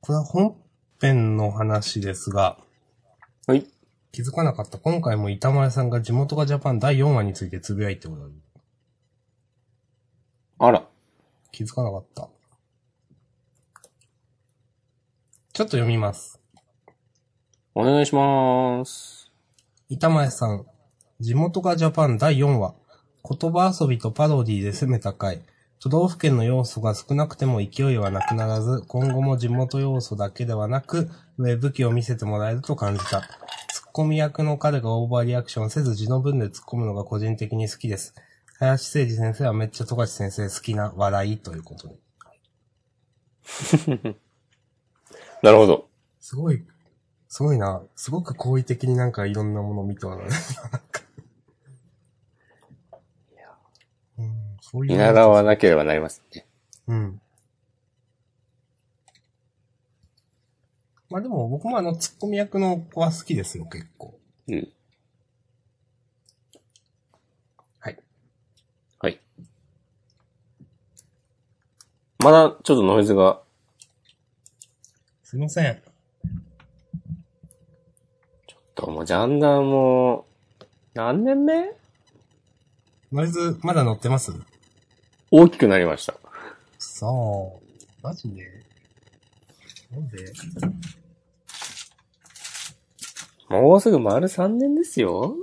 これは本編の話ですが、はい。気づかなかった今回も板前さんが地元がジャパン第4話についてつぶやいておられる。あら。気づかなかった。ちょっと読みます。お願いします。板前さん、地元がジャパン第4話、言葉遊びとパロディで攻めた回、都道府県の要素が少なくても勢いはなくならず、今後も地元要素だけではなく、上武器を見せてもらえると感じた。ツッコミ役の彼がオーバーリアクションせず字の文で突っ込むのが個人的に好きです。林誠二先生はめっちゃ富樫先生好きな笑いということで。なるほど。すごい、すごいな。すごく好意的になんかいろんなものを見てはられる。なんかうんそういう。見習わなければなりませんね。うん。まあでも僕もあの、ツッコミ役の子は好きですよ、結構。うん。はい。はい。まだちょっとノイズが、すいません。どうもジャンダーも、何年目ノイズ、まだ乗ってます大きくなりました。そう。マジでなんでもうすぐ丸3年ですよ。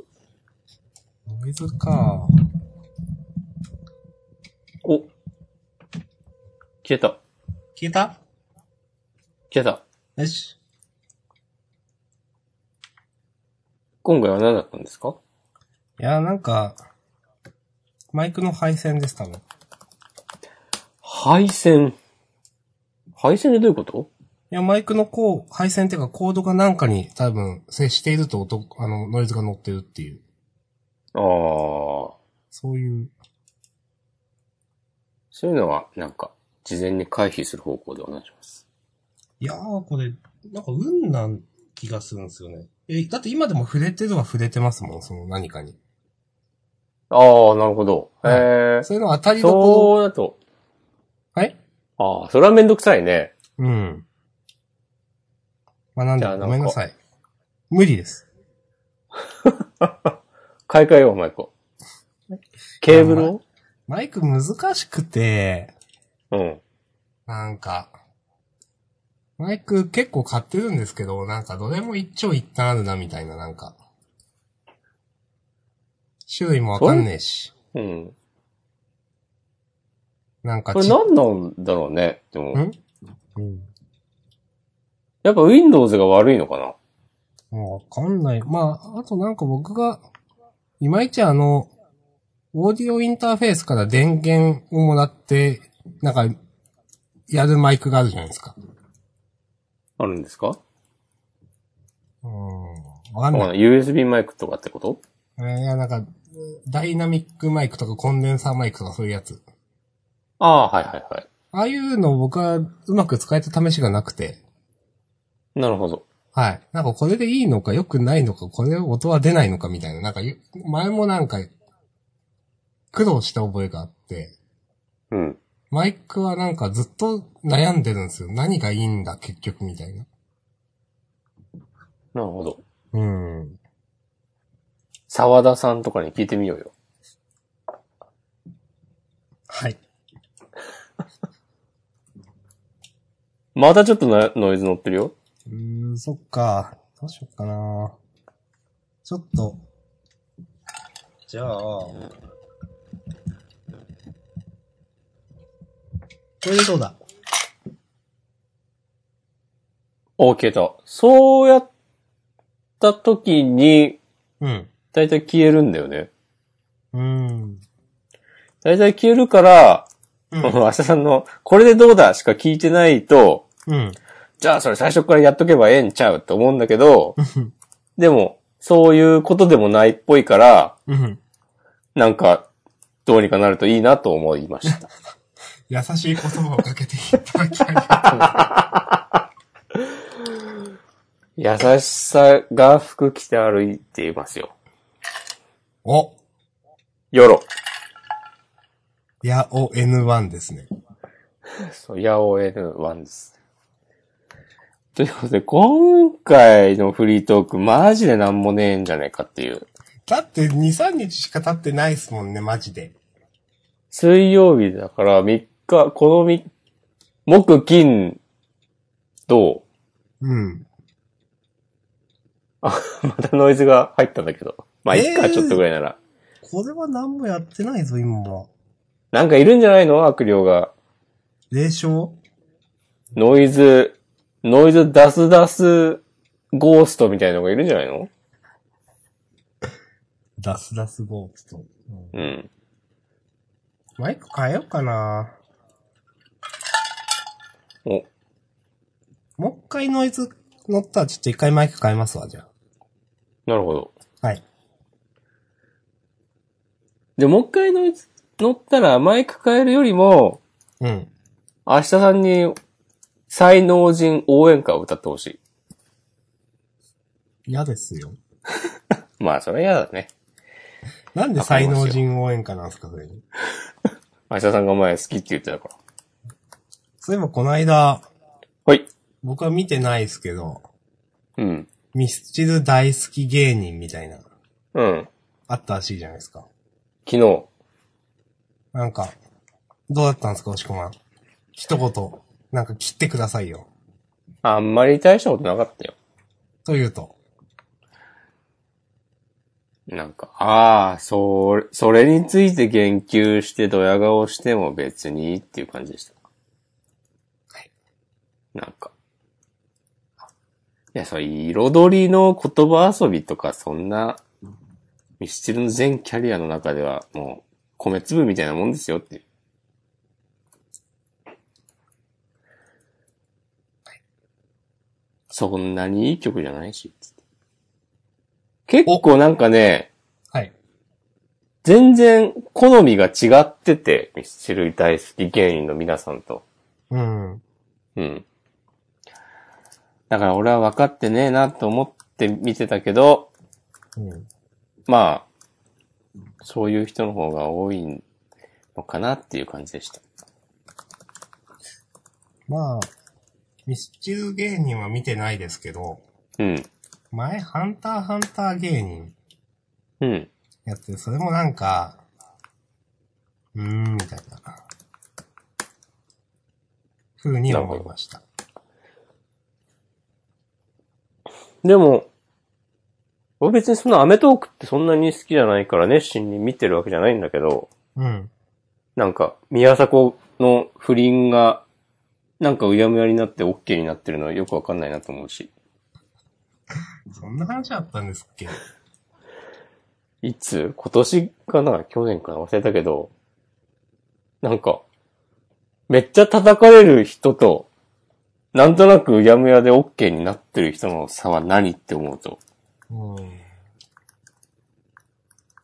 ノイズか。お。消えた。消えた消えた。よし。今回は何だったんですかいや、なんか、マイクの配線です、多分。配線。配線でどういうこといや、マイクのこう、配線っていうかコードがなんかに多分接していると音、あの、ノイズが乗ってるっていう。ああ。そういう。そういうのは、なんか、事前に回避する方向でお願いします。いやー、これ、なんか運なん気がするんですよね。え、だって今でも触れてるは触れてますもん、その何かに。ああ、なるほど。はいえそういうの当たえりどこそうだと。はいああ、それはめんどくさいね。ろ。うん。まあなんで、じゃあなんかごめんなさい。無理です。買い替えよう、マイクを。ケーブルをマイク難しくて、うん。なんか、マイク結構買ってるんですけど、なんかどれも一長一短あるな、みたいな、なんか。種類もわかんねえし。うん。なんかこれち、何なんだろうね。でも、んうん。やっぱ Windows が悪いのかなもうわかんない。まあ、あとなんか僕が、いまいちあの、オーディオインターフェースから電源をもらって、なんか、やるマイクがあるじゃないですか。あるんですかうん。わかんわかないん。ない USB マイクとかってことえーいや、なんか、ダイナミックマイクとかコンデンサーマイクとかそういうやつ。ああー、はいはいはああいうのを僕はうまく使えた試しがなくて。い。なるほど。はい。なんかこれでいいのか良くないのか、これ音は出ないのかみたいな。なんかゆ、前もなんか、苦労した覚えがあって、うん。マイクはなんかずっと悩んでるんですよ。何がいいんだ、結局みたいな。なるほど。うん。沢田さんとかに聞いてみようよ。はい。またちょっとなノイズ乗ってるよ。うーん、そっか。どうしよっかな。ちょっと。じゃあ。これでどうだお、消えた。そうやった時に、うん。だいたい消えるんだよね。うん。だいたい消えるから、うこん。の 明日さんの、これでどうだしか聞いてないと、うん。じゃあそれ最初からやっとけばええんちゃうと思うんだけど、でも、そういうことでもないっぽいから、うん。なんか、どうにかなるといいなと思いました。優しい言葉をかけていただきありが 優しさが服着て歩いていますよ。とう。お、よろ。やお N1 ですね。そう、ヤオエルワンです。ということで、今回のフリートーク、マジでなんもねえんじゃねえかっていう。だって2、3日しか経ってないっすもんね、マジで。水曜日だから、3日、この3、木、金、土、うん。またノイズが入ったんだけど。まあ、いっえか、ーちょっとぐらいなら。これは何もやってないぞ、今は。なんかいるんじゃないの悪霊が。霊障ノイズ、ノイズ出す出すゴーストみたいなのがいるんじゃないのダスダスゴースト。うんうん。マイク変えようかな。お、もう一回ノイズ乗ったらちょっと一回マイク変えますわ、じゃなるほど。あ。はい。で、もう一回ノイズ乗ったらマイク変えるよりも、うん。明日さんに才能人応援歌を歌ってほしい。嫌ですよ。まあ、それは嫌だね。なんで才能人応援歌なんですか、それに。明日さんが前好きって言ってたから。そういえばこの間、はい。僕は見てないですけど、うん。ミスチル大好き芸人みたいな、うん。あったらしいじゃないですか。昨日、なんか、どうだったんですか、おしこまん。一言、なんか切ってくださいよ。あんまり大したことなかったよ。というと。なんか、ああ、それ、それについて言及してドヤ顔しても別にいいっていう感じでした。はい。なんか。いや、それ、彩りの言葉遊びとか、そんな、ミスチルの全キャリアの中では、もう、米粒みたいなもんですよっていう。そんなにいい曲じゃないし、つって結構なんかね、はい。全然好みが違ってて、ミスチル大好き芸人の皆さんと。うん。うん。だから俺は分かってねえなと思って見てたけど、うん。まあ、そういう人の方が多いのかなっていう感じでした。まあ、ミスチル芸人は見てないですけど、うん。前、ハンターハンター芸人うん。やって、それもなんか、うーん、みたいな。ふうに思いました。でも、俺別にそのアメトークってそんなに好きじゃないから熱心に見てるわけじゃないんだけど、うん。なんか、宮迫の不倫が、なんかうやむやになって OK になってるのはよくわかんないなと思うし、そんな話あったんですっけいつ今年かな去年かな忘れたけど、なんか、めっちゃ叩かれる人と、なんとなくうやむやで OK になってる人の差は何って思うと、うん。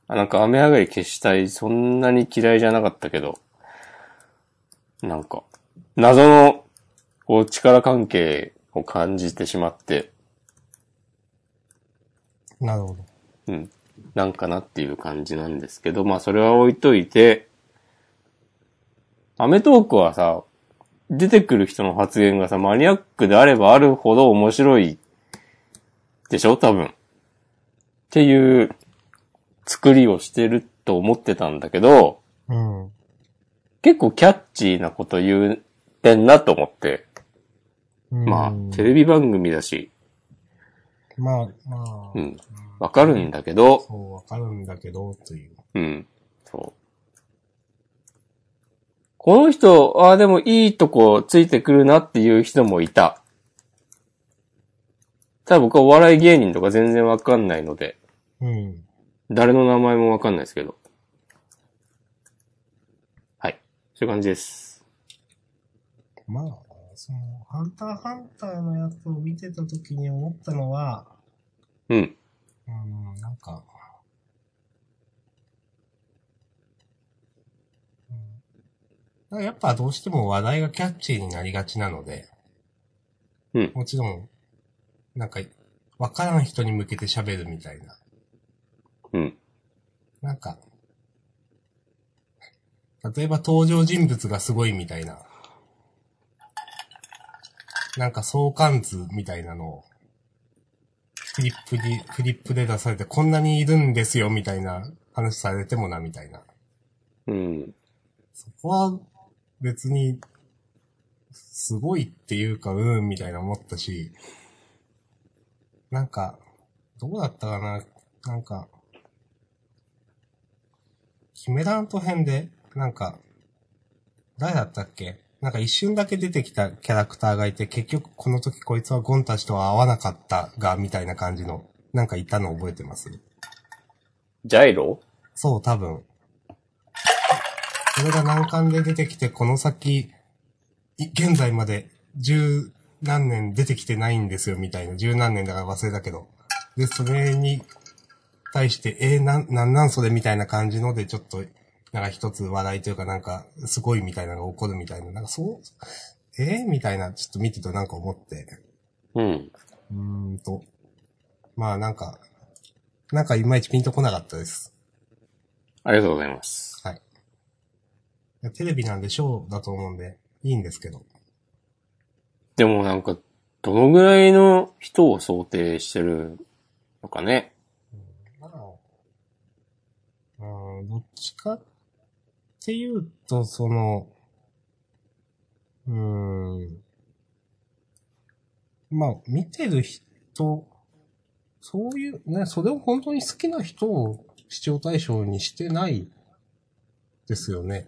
あなんか雨上がり消したい、そんなに嫌いじゃなかったけど、なんか、謎の、こう、力関係を感じてしまって、なるほど。うん。なんかなっていう感じなんですけど、まあそれは置いといて、アメトークはさ、出てくる人の発言がさ、マニアックであればあるほど面白いでしょ多分。っていう作りをしてると思ってたんだけど、うん。結構キャッチーなこと言うてんなと思って。まうんあ、テレビ番組だし、まあ、まあ、うん。わかるんだけど、そうわかるんだけど、という。うん。そう。この人、ああ、でもいいとこついてくるなっていう人もいた。ただ僕はお笑い芸人とか全然わかんないので、うん。誰の名前もわかんないですけど。はい。そういう感じです。まあ、その、ハンターハンターのやつを見てた時に思ったのは、うん。うん、なんか、うん、なんかやっぱどうしても話題がキャッチーになりがちなので、うんもちろん、なんか、わからん人に向けて喋るみたいな。うん。なんか、例えば登場人物がすごいみたいな。なんか相関図みたいなのを、フリップに、フリップで出されて、こんなにいるんですよ、みたいな話されてもな、みたいな。うん。そこは、別に、すごいっていうか、うん、みたいな思ったし、なんか、どうだったかな、なんか、キメラント編で、なんか、誰だったっけなんか一瞬だけ出てきたキャラクターがいて、結局この時こいつはゴンたちとは会わなかったが、みたいな感じの、なんかいたの覚えてますジャイロそう、多分。それが難関で出てきて、この先、い現在まで十何年出てきてないんですよ、みたいな。十何年だから忘れたけど。で、それに対して、えー、なん、なんなんそれみたいな感じので、ちょっと、なんか一つ笑いというか、なんか、すごいみたいなのが起こるみたいな。なんかそう、えー、みたいな、ちょっと見ててなんか思って。うん。うーんと。まあなんか、なんかいまいちピンとこなかったです。ありがとうございます。はい。いやテレビなんでショーだと思うんで、いいんですけど。でもなんか、どのぐらいの人を想定してるのかね。まあ、うん、どっちかっていうと、その、うーん。まあ、見てる人、そういう、ね、それを本当に好きな人を視聴対象にしてないですよね。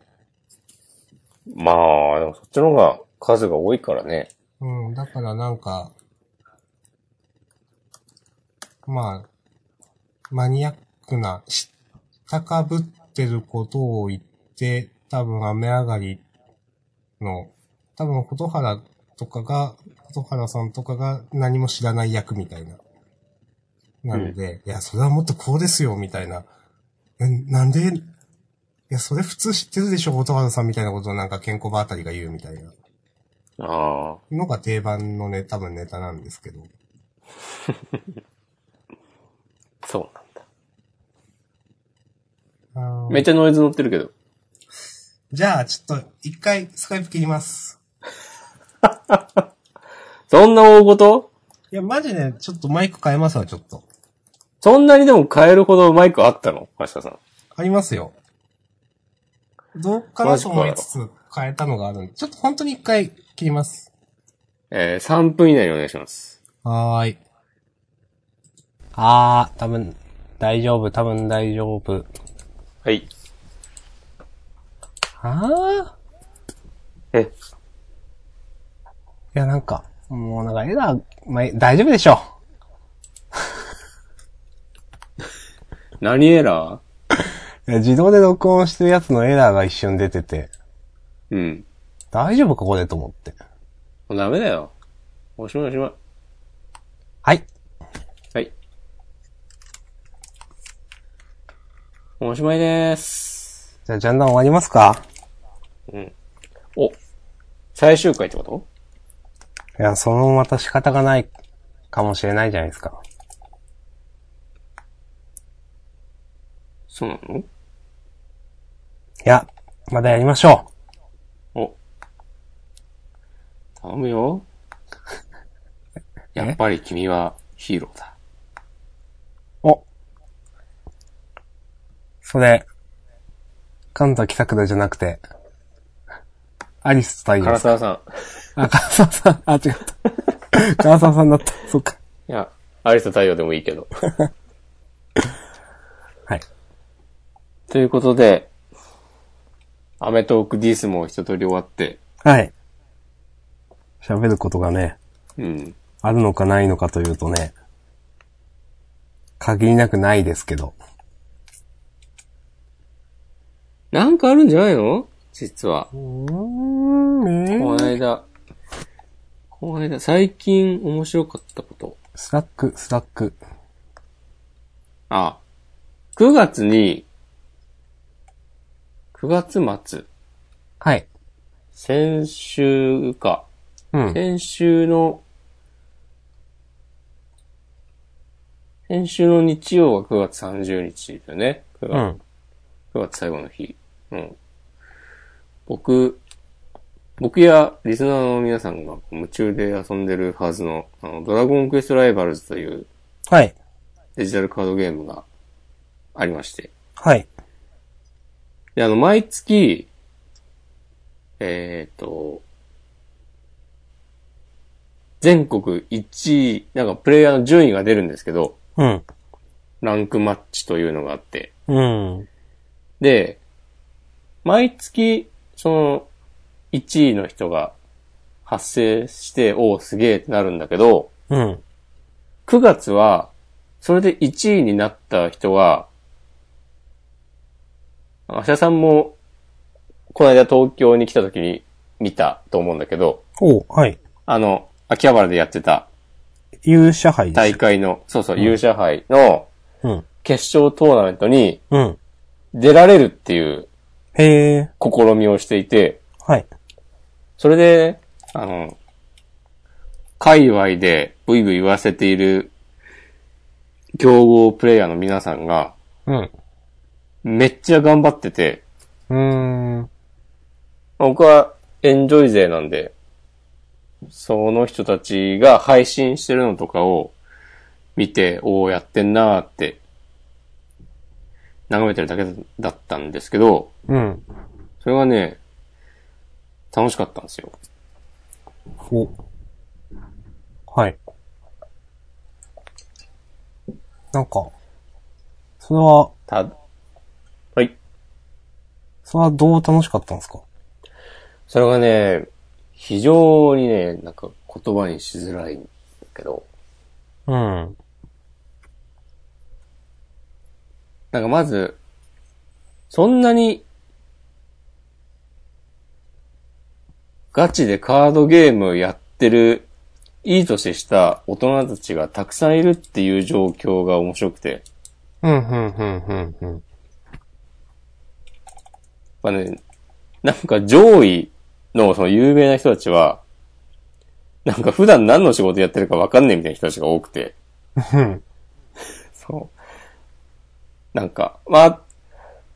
まあ、でもそっちの方が数が多いからね。うん、だからなんか、まあ、マニアックな、知ったかぶってることを言って、多分雨上がりの、多分琴原とかが、琴原さんとかが何も知らない役みたいな。なので、いや、それはもっとこうですよ、みたいな。えなんで、いや、それ普通知ってるでしょ、琴原さんみたいなことをなんか健康場あたりが言うみたいな。ああ。のが定番のね、多分ネタなんですけど。そうなんだ。あーめっちゃノイズ乗ってるけど。じゃあ、ちょっと、一回スカイプ切ります。そんな大ごといや、マジで、ちょっとマイク変えますわ、ちょっと。そんなにでも変えるほどマイクあったの橋田さん。ありますよ。どうかなと思いつつ変えたのがあるんで、ちょっと本当に一回切ります。えー、3分以内にお願いします。はーい。あー、多分、大丈夫、多分大丈夫。はい。あーえ、いや、なんか、もうなんかエラー、まあ、大丈夫でしょ何エラいや自動で録音してるやつのエラーが一瞬出てて、ーうん。大丈夫かこれと思って。もうダメだよ。おしまいおしまい。はい。はい。おしまいでーす。じゃあ、ジャンダン終わりますかお、最終回ってこといや、そのまた仕方がないかもしれないじゃないですか。そうなのいや、まだやりましょお。頼むよ。 やっぱり君はヒーローだ。う。お。それ、神崎桜じゃなくて、アリスと太陽唐です。沢さあ、唐沢さん、あ、違 った。唐沢さんだった。そっか。ん。いや、アリスと太陽でもいいけど。はい。ということで、アメトークディスも一通り終わって、はい。喋ることがね、うん。あるのかないのかというとね、限りなくないですけど。なんかあるんじゃないの実は。うん、この間、この間、最近面白かったこと。スラック、スラック。あ、9月に、9月末、はい。先週か、うん。先週の、先週の日曜が9月30日だよね。9月うん。 9月最後の日。うん。僕、僕やリスナーの皆さんが夢中で遊んでるはずの、あの、ドラゴンクエストライバルズというはい。デジタルカードゲームがありまして。はい。で、あの、毎月、えっ、と、全国1位、なんかプレイヤーの順位が出るんですけど、うん。ランクマッチというのがあって。うん。で、毎月、その、1位の人が発生して、おお、すげえってなるんだけど、うん。 9月は、それで1位になった人は、あしゃさんも、この間東京に来た時に見たと思うんだけど、おうはい。あの、秋葉原でやってた勇者杯で大す。会の、そうそう、勇者杯のうん。決勝トーナメントにうん。出られるっていうへえ。試みをしていて、はい。それで、あの、界隈でブイブイ言わせている競合プレイヤーの皆さんが、うん。めっちゃ頑張ってて、うーん。僕はエンジョイ勢なんで、その人たちが配信してるのとかを見て、おおやってんなーって、眺めてるだけだったんですけど、うん。それがね、楽しかったんですよ。お。はい。なんか、それは、た、はい。それはどう楽しかったんですかそれがね、非常にね、なんか言葉にしづらいんだけど、うん。なんかまず、そんなに、ガチでカードゲームやってる、いい年した大人たちがたくさんいるっていう状況が面白くて。うん、うん、うん、うん、うん。まあね、なんか上位のその有名な人たちは、なんか普段何の仕事やってるかわかんねえみたいな人たちが多くて。うん。そう。なんか、まあ、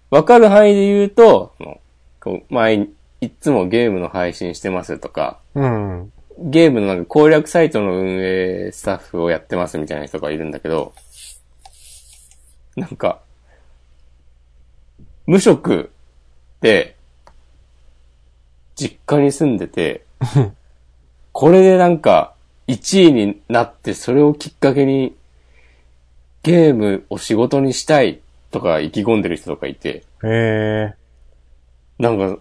わかる範囲で言うと、そのこう前に、いつもゲームの配信してますとか、うん。ゲームのなんか攻略サイトの運営スタッフをやってますみたいな人がいるんだけど、なんか、無職で、実家に住んでて、これでなんか、1位になって、それをきっかけに、ゲームを仕事にしたいとか意気込んでる人とかいて、へえ。なんか、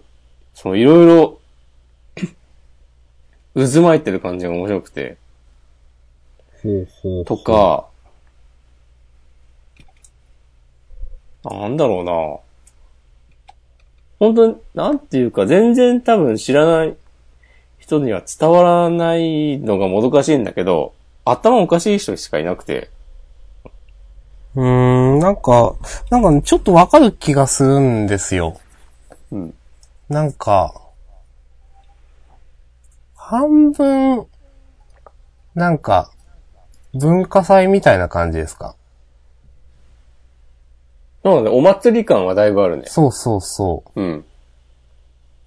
そのいろいろ、渦巻いてる感じが面白くて、ほうほう。と。か、なんだろうな本当に、なんていうか、全然多分知らない人には伝わらないのがもどかしいんだけど、頭おかしい人しかいなくて、うーん、なんか、なんかね、ちょっとわかる気がするんですよ。うん。なんか、半分、なんか、文化祭みたいな感じですかなので、お祭り感はだいぶあるね。そうそうそうん。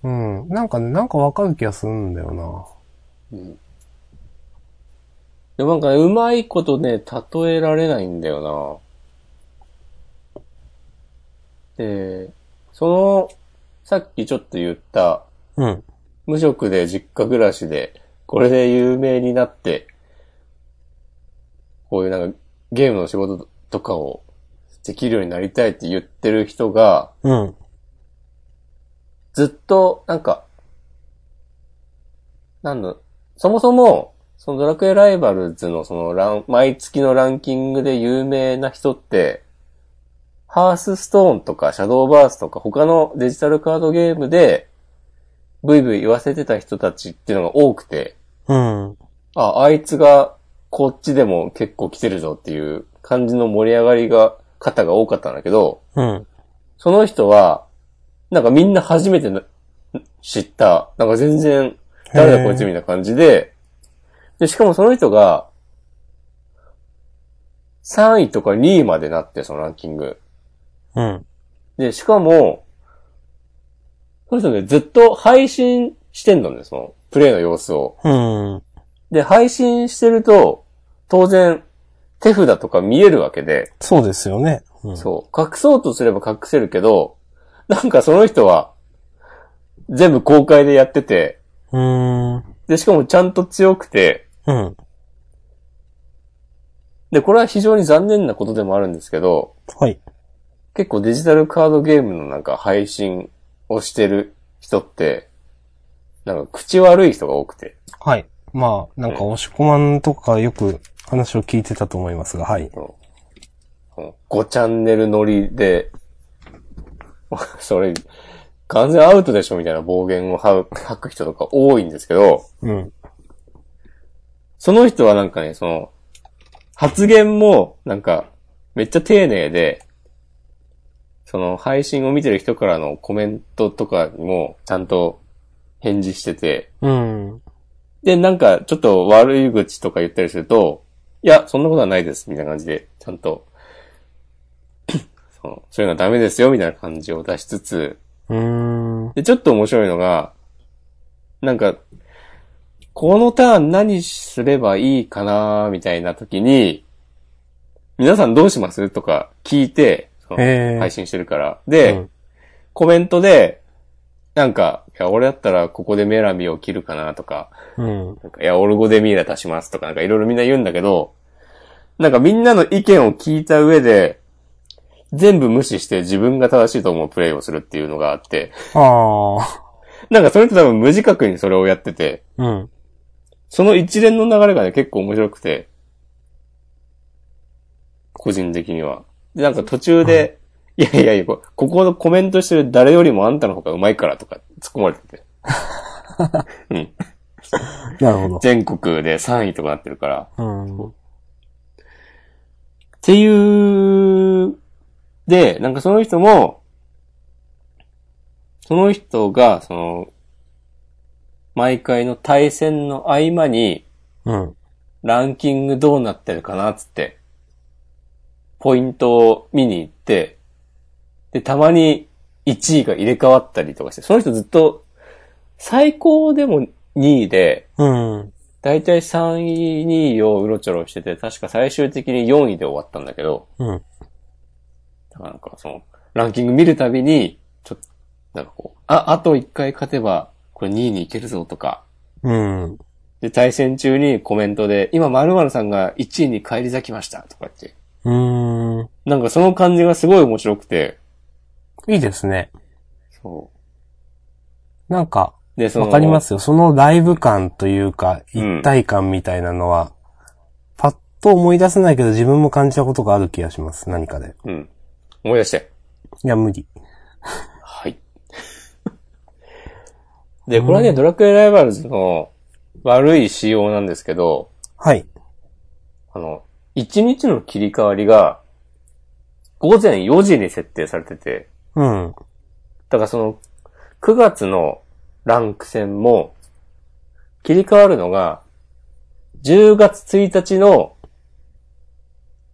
う。うん。なんかね、なんかわかる気がするんだよでもなんかね、うまいことね、例えられないんだよな。で、その、さっきちょっと言った、な。うん。無職で実家暮らしで、これで有名になって、こういうなんかゲームの仕事とかをできるようになりたいって言ってる人が、うん。ずっと、なんか、なんだ、そもそも、そのドラクエライバルズのそのラン、毎月のランキングで有名な人って、ハースストーンとかシャドーバースとか他のデジタルカードゲームで、ブイブイ言わせてた人たちっていうのが多くて、うん。あ、あいつがこっちでも結構来てるぞっていう感じの盛り上がりが、方が多かったんだけど、うん。その人は、なんかみんな初めてな知った、なんか全然、誰だこいつみたいな感じで、で、しかもその人が、3位とか2位までなって、そのランキング。うん。で、しかも、その人ね、ずっと配信してんのね、その、プレイの様子を。うん。で、配信してると、当然、手札とか見えるわけで、そうですよね。うんそう、隠そうとすれば隠せるけど、なんかその人は、全部公開でやってて、うーん。で、しかもちゃんと強くて、うん。で、これは非常に残念なことでもあるんですけど、はい。結構デジタルカードゲームのなんか配信をしてる人って、なんか口悪い人が多くて、はい。まあ、なんか、押し込まんとかよく話を聞いてたと思いますが、はい。 5チャンネル乗りで、 それ、完全アウトでしょみたいな暴言を吐く吐く人とか多いんですけど、うん。その人はなんかね、その、発言も、なんか、めっちゃ丁寧で、その、配信を見てる人からのコメントとかにも、ちゃんと返事してて、うん。で、なんか、ちょっと悪い口とか言ったりすると、いや、そんなことはないです、みたいな感じで、ちゃんと、そのそういうのはダメですよ、みたいな感じを出しつつ、うーん。で、ちょっと面白いのが、なんか、このターン何すればいいかなみたいな時に、皆さんどうしますとか聞いて、そのええ配信してるから。で、うんコメントで、なんか、いや、俺だったらここでメラミを切るかなとか、うん。なんかいや、オルゴデミーラ足しますとか、なんかいろいろみんな言うんだけど、なんかみんなの意見を聞いた上で、全部無視して自分が正しいと思うプレイをするっていうのがあって、ああ。なんかそれと多分無自覚にそれをやってて、うん。その一連の流れがね、結構面白くて、個人的には。で、なんか途中で、いやいやいや、こここのコメントしてる誰よりもあんたの方が上手いからとか突っ込まれてて、なるほ全国で3位とかなってるから、ど。うん。っていう、で、なんかその人も、その人が、その、毎回の対戦の合間に、うん。ランキングどうなってるかなっつって、ポイントを見に行って、で、たまに1位が入れ替わったりとかして、その人ずっと、最高でも2位で、うん。だいたい3位、2位をうろちょろしてて、確か最終的に4位で終わったんだけど、うん。だからなんかその、ランキング見るたびに、ちょっと、なんかこう、あ、あと1回勝てば、これ2位に行けるぞとか、うん。で、対戦中にコメントで、今〇〇さんが1位に返り咲きましたとかって、うん。なんかその感じがすごい面白くて、いいですね。そなんか、う。で、その、わかりま。すよ。そのライブ感というか、うん一体感みたいなのは、パッと思い出せないけど自分も感じたことがある気がします。何かで。うん。思い出して。いや、無理。はい。 で、これはね、ドラクエライバルズの悪い仕様なんですけど、はい。あの、1日の切り替わりが、午前4時に設定されてて、うん。だからその、9月のランク戦も、切り替わるのが、10月1日の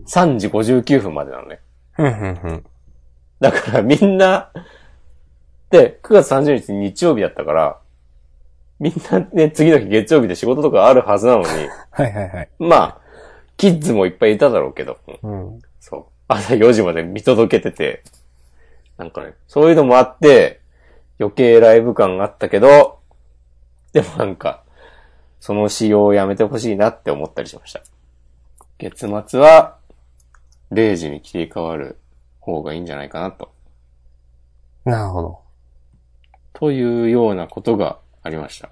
3時59分までなのね。うん、うん、だからみんな、で、9月30日日曜日だったから、みんなね、次の日月曜日で仕事とかあるはずなのに、はいはいはい。まあ、キッズもいっぱいいただろうけど、うん。そう。朝4時まで見届けてて、なんかね、そういうのもあって、余計ライブ感があったけど、でもなんか、その仕様をやめてほしいなって思ったりしました。月末は、0時に切り替わる方がいいんじゃないかなと。なるほど。というようなことがありました。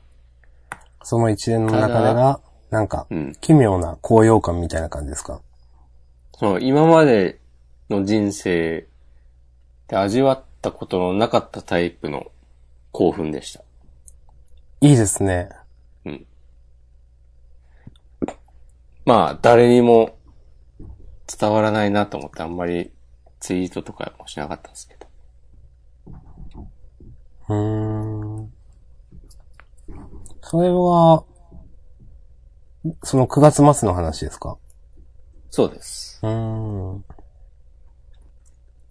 その一連の中でたが、なんかう、ん。奇妙な高揚感みたいな感じですか。そう、今までの人生で味わったことのなかったタイプの興奮でした。いいですね。まあ、誰にも伝わらないなと思ってあんまりツイートとかもしなかったんですけど。うーん。それは、その9月末の話ですかそうです。うーん。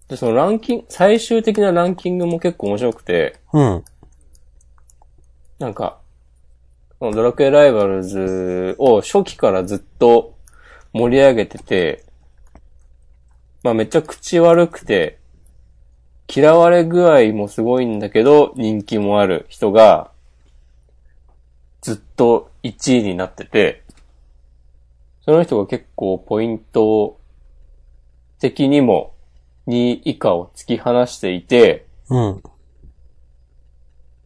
で、そのランキング、最終的なランキングも結構面白くて、うん。なんか、このドラクエライバルズを初期からずっと盛り上げてて、まあめっちゃ口悪くて、嫌われ具合もすごいんだけど、人気もある人が、ずっと1位になってて、その人が結構ポイント的にも2位以下を突き放していて、うん。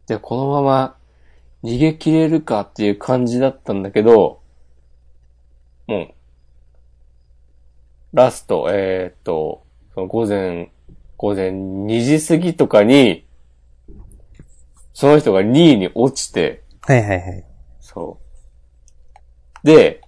で、このまま逃げ切れるかっていう感じだったんだけど、もう、ラスト、えー、っと、その午前、午前2時過ぎとかに、その人が2位に落ちて、はいはいはい。そう。で、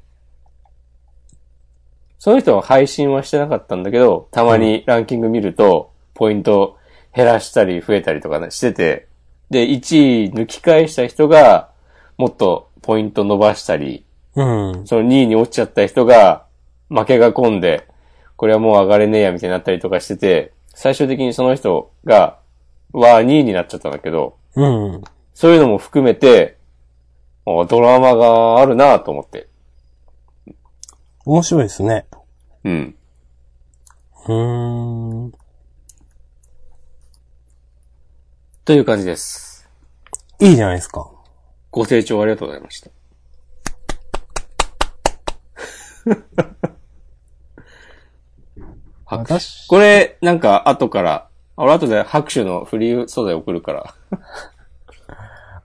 その人は配信はしてなかったんだけど、たまにランキング見ると、ポイント減らしたり増えたりとかねしてて、で、1位抜き返した人が、もっとポイント伸ばしたり、うん。その2位に落ちちゃった人が、負けが込んで、これはもう上がれねえやみたいになったりとかしてて、最終的にその人が、は2位になっちゃったんだけど、うん。そういうのも含めて、あドラマがあるなと思って。面白いですね。うん。うーん。という感じです。いいじゃないですか。ご清聴ありがとうございました。拍手私これ、なんか、後から、俺後で拍手のフリー素材送る から。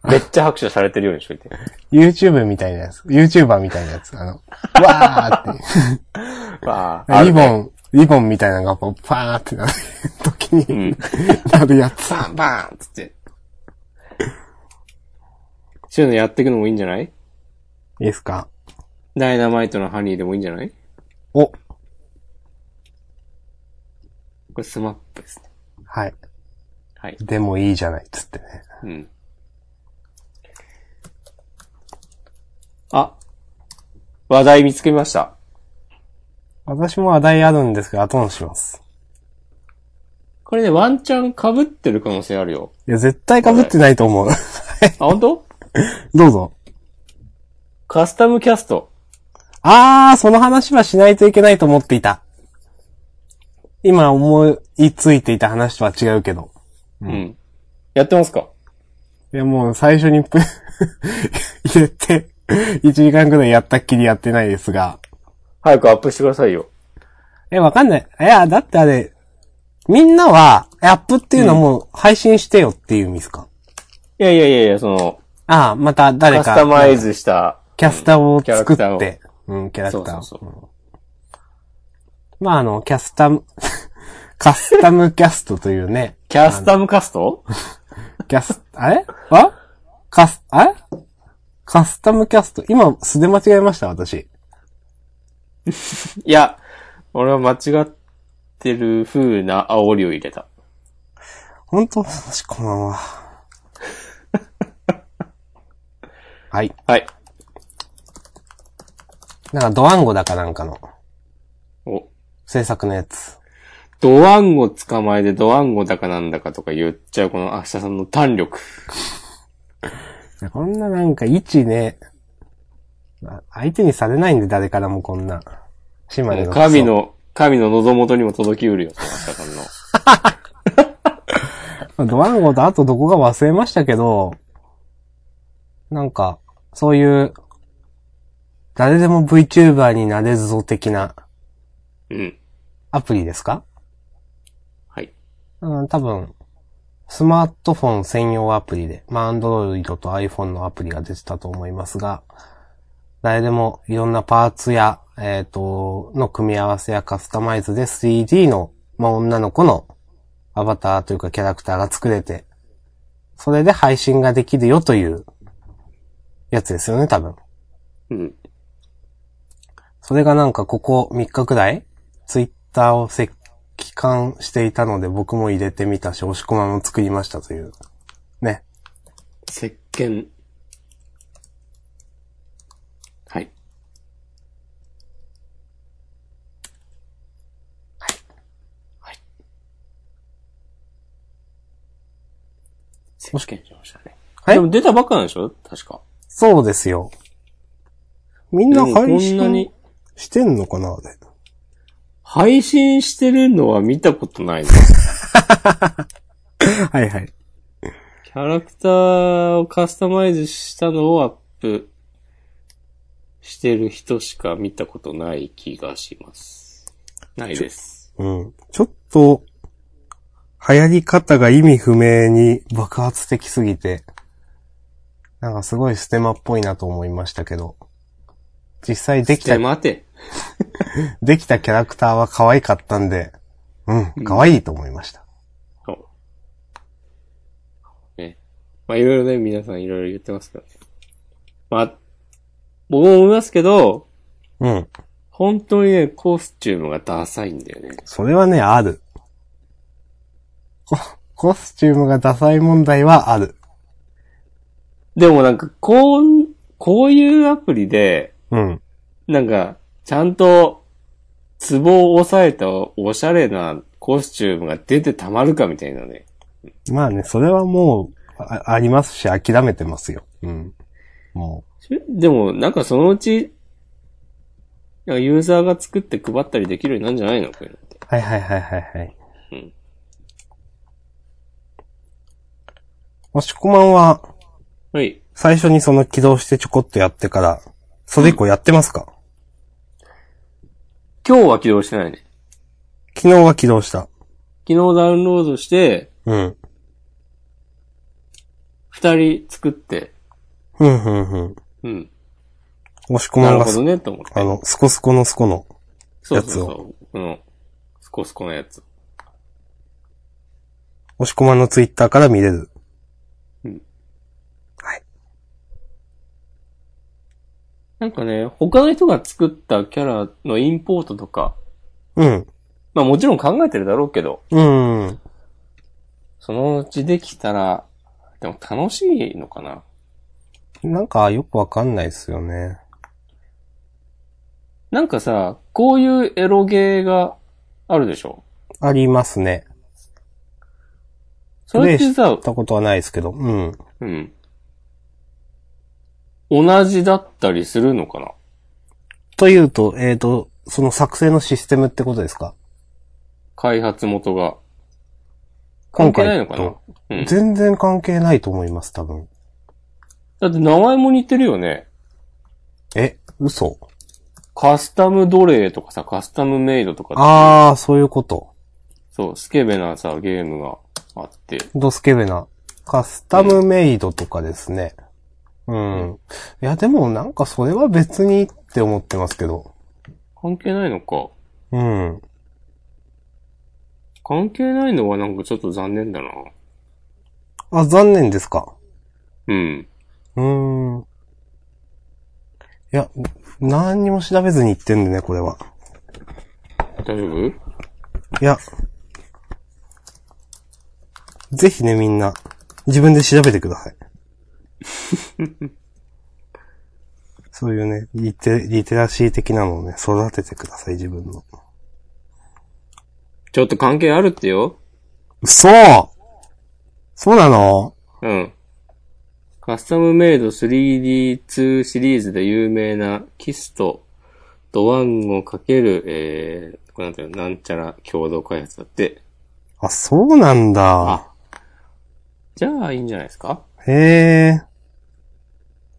めっちゃ拍手されてるようにしといて。 YouTube みたいなやつ。YouTuber みたいなやつ。あの、わーって。 わあ、あリるボね。ン、リボンみたいなのがこう、パーってなる時うにん。なるやつ。バンバンつって。そういうのやっていくのもいいんじゃな いいいですかダイナマイトのハニーでもいいんじゃないお、これスマップですね。はい。はい。でもいいじゃない、つってね。うん。あ、話題見つけました。私も話題あるんですけど、後のします。これね、ワンチャン被ってる可能性あるよ。いや、絶対被ってないと思う。 あ、本当？どうぞ。カスタムキャスト。あー、その話はしないといけないと思っていた。今思いついていた話とは違うけど。うん。やってますかいや、もう最初にプ 入れて、1時間くらいやったっきりやってないですが。早くアップしてくださいよ。え、わかんない。いや、だってあれ、みんなは、えアップっていうのはもう配信してよっていう意味ですか、いやいやいやいや、その、ああ、また誰カか。スタマイズした。キャスターを作キャラっクて、うん、キャラクターを。そうそううんまあ、あの、キャスタム、 カスタムキャストというね、キャスタムカストキャス、あれあカス、あれカスタムキャスト。今、素で間違えました、私。いや、俺は間違ってる風な煽りを入れた。ほんと、私こんばん は。はい。はい。なんか、ドワンゴだかなんかのお、制作のやつ。ドワンゴ捕まえてドワンゴだかなんだかとか言っちゃうこの明日さんの胆力。いやこんななんか位置ね、あ相手にされないんで誰からもこんな。島根のクソ神。の、神の喉元にも届きうるよ、明日さんの。ドワンゴとあとどこか忘れましたけど、なんか、そういう、誰でも VTuber になれるぞ的なうん。アプリですかはい。うん、多分、スマートフォン専用アプリで、まあ、Android と iPhone のアプリが出てたと思いますが、誰でもいろんなパーツや、えっ、と、の組み合わせやカスタマイズで 3D の、まあ、女の子のアバターというかキャラクターが作れて、それで配信ができるよという、やつですよね、多分。うん。それがなんかここ3日くらい、ツイッターを席巻していたので僕も入れてみたし、押し込まも作りましたという。ね。石鹸。はい。はい。はい。石鹸しましたね。いえでも出たばっかなんでしょ確か。そうですよ。みんなでもこ配んなに信してんのかなあれ配信してるのは見たことないな。はいはい。キャラクターをカスタマイズしたのをアップしてる人しか見たことない気がします。ないです。うん。ちょっと、流行り方が意味不明に爆発的すぎて、なんかすごいステマっぽいなと思いましたけど、実際できじゃたあ、待て。できたキャラクターは可愛かったんで、うん、可愛いと思いました。そうね。まあいろいろね、皆さんいろいろ言ってますからね。まあ、僕も思いますけど、うん。本当にね、コスチュームがダサいんだよね。それはね、ある。ココスチュームがダサい問題はある。でもなんか、こう、こういうアプリで、うん。なんか、ちゃんと、ツボを押さえたおしゃれなコスチュームが出てたまるかみたいなね。まあね、それはもう、あありますし、諦めてますよ。うん。もでも、なんかそのうち、なんかユーザーが作って配ったりできるようになるんじゃないのこういうのってう。はいはいはいはいはい。うん。もしこまんは、はい。最初にその起動してちょこっとやってから、それ以降やってますか、今日は起動してないね。昨日は起動した。昨日ダウンロードして、うん。二人作って、ふんふんふん。うん。もしこなまんるがほ、どね、と思って。あの、スコスコのスコの。そうそやうそう。この、スコスコのやつ。押し込まんのツイッターから見れる。うん。はい。なんかね、他の人が作ったキャラのインポートとか、うん。まあもちろん考えてるだろうけど、うん。そのうちできたら、でも楽しいのかななんかよくわかんないっすよね。なんかさ、こういうエロゲーがあるでしょありますね。それってさやっ、たことはないですけど。うん。うん。同じだったりするのかなというと、えっ、と、その作成のシステムってことですか開発元が。関今係回ないのかなとうん。全然関係ないと思います、多分。だって名前も似てるよね。え、嘘カスタム奴隷とかさ、カスタムメイドとか、あー、そういうこと。そう、スケベなさ、ゲームがあって。ドスケベな。カスタムメイドとかですね。うん。いや、でもなんかそれは別にって思ってますけど。関係ないのか。うん。関係ないのはなんかちょっと残念だな。あ、残念ですか。うん。うーん。いや、何にも調べずに言ってんでね、これは。大丈夫いや。ぜひね、みんな、自分で調べてください。そういうね、リテ、リテラシー的なのをね、育ててください、自分の。ちょっと関係あるってよ。嘘そうなのうん。カスタムメイド 3D2 シリーズで有名なキスト、ドワンをかける、えー、これなんていうのなんちゃら共同開発だって。あ、そうなんだ。あ。じゃあ、いいんじゃないですかへえ。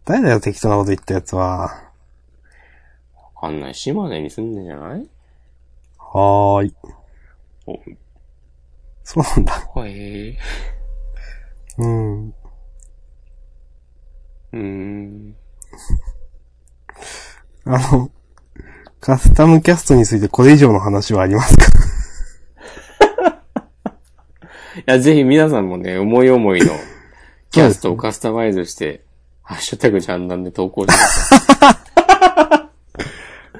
誰だよ、適当なこと言ったやつは。わかんない。島根に住んでんじゃないはーい。お、そうなんだ。はい。うん。うーん。あの、カスタムキャストについてこれ以上の話はありますかいや、ぜひ皆さんもね、思い思 いのキャストをカスタマイズして、ハッシュタグジャンダンで投稿してください。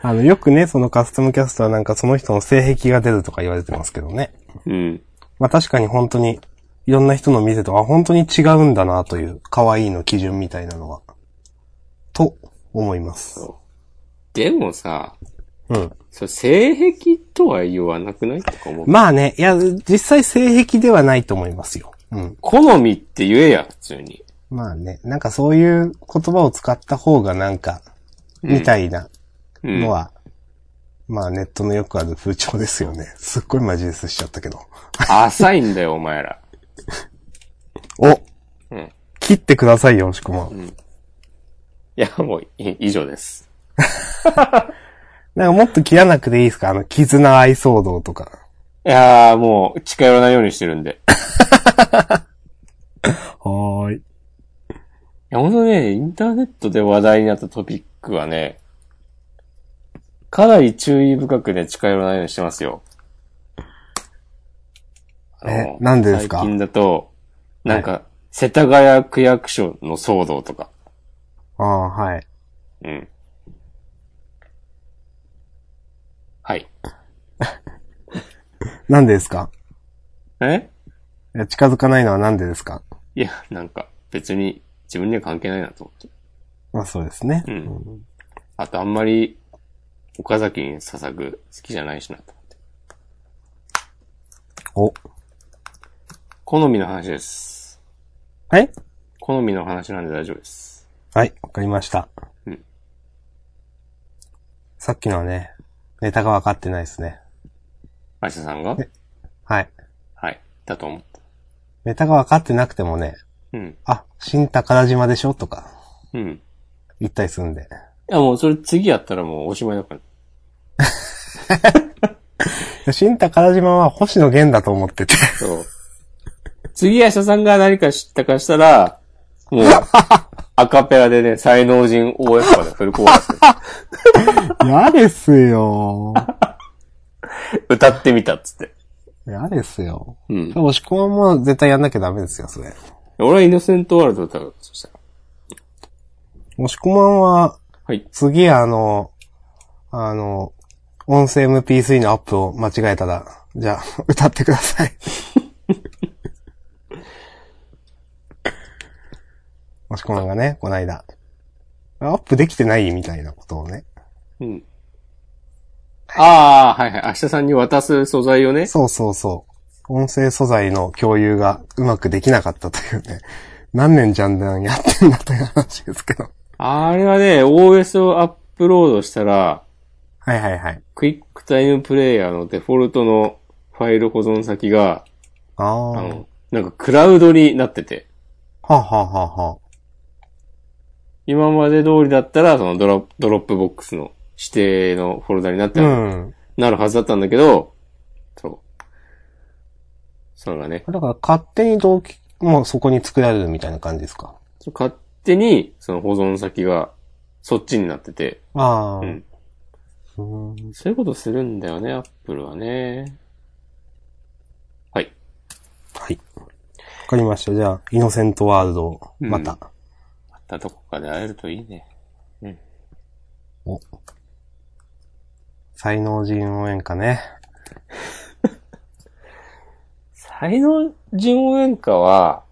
あの、よくね、そのカスタムキャストはなんかその人の性癖が出るとか言われてますけどね。 うん。まあ確かに本当に、いろんな人の見てと、あ、本当に違うんだなという、可愛いの基準みたいなのは、と思います。でもさ、うん。そう、性癖とは言わなくないとか思う。まあね、いや、実際性癖ではないと思いますよ。うん。好みって言えや、普通に。まあね、なんかそういう言葉を使った方がなんか、みたいなうんのは、まあネットのよくある風潮ですよね。すっごいマジレスしちゃったけど。浅いん だよ、お前ら。おうん。切ってくださいよ、押しくま。いや、もう、い以上です。なんかもっと切らなくていいですかあの、絆愛騒動とか。いやー、もう、近寄らないようにしてるんで。いはーい。や、ほんとね、インターネットで話題になったトピックはね、かなり注意深くね、近寄らないようにしてますよ。あのえなんでですか最近だと、なんか、世田谷区役所の騒動とか。ああ、はい。うん。はい。なんでですかえいや近づかないのはなんでですかいや、なんか、別に自分には関係ないなと思って。まあそうですね。うん。あと、あんまり、岡崎に捧ぐ好きじゃないしなと思って。お。好みの話です。はい好みの話なんで大丈夫です。はい、わかりました。うんさっきのはね、ネタが分かってないですね。アシャさんがえはい。はい。だと思った。ネタが分かってなくてもね、うん。あ、新宝島でしょとか、うん。い言ったりするんで。や、もうそれ次やったらもうおしまいだから。で新宝島は星野源だと思 ってて。そう。次、アシャさんが何か知ったかしたら、 もう、アカペラでね、才能人応援とかでフルコーラスで嫌です よ。歌ってみたっつって。嫌ですよ。うん。押し込まんも絶対やんなきゃダメですよ、それ。俺はイノセントワールド歌う。そしたら。押し込まんは、はい。次あの、あの、音声 MP3 のアップを間違えたら、じゃあ、 歌ってください。 もしこまんがね、こないだ。アップできてないみたいなことをね。うん。ああ、はいはい。明日さんに渡す素材をね。そうそうそう。音声素材の共有がうまくできなかったというね。何年じゃんだんやってんだという話ですけど。あれはね、OS をアップロードしたら、はいはいはい。クイックタイムプレイヤーのデフォルトのファイル保存先が、ああ。あはの、なんかクラウドになってて、あ、はあはあは今まで通りだったら、そのドロドロップボックスの指定のフォルダになってあ、あるうん。なるはずだったんだけど、そう。それがね、だから勝手に動機もそこに作られるみたいな感じですか勝手に、その保存先が、そっちになってて、ああ。ううんーんそういうことするんだよね、アップルはね。はい。はい。わかりました。じゃあ、イノセントワールドを、うんまた。またどこかで会えるといいね。お才能人応援歌ね。才能人応援歌は、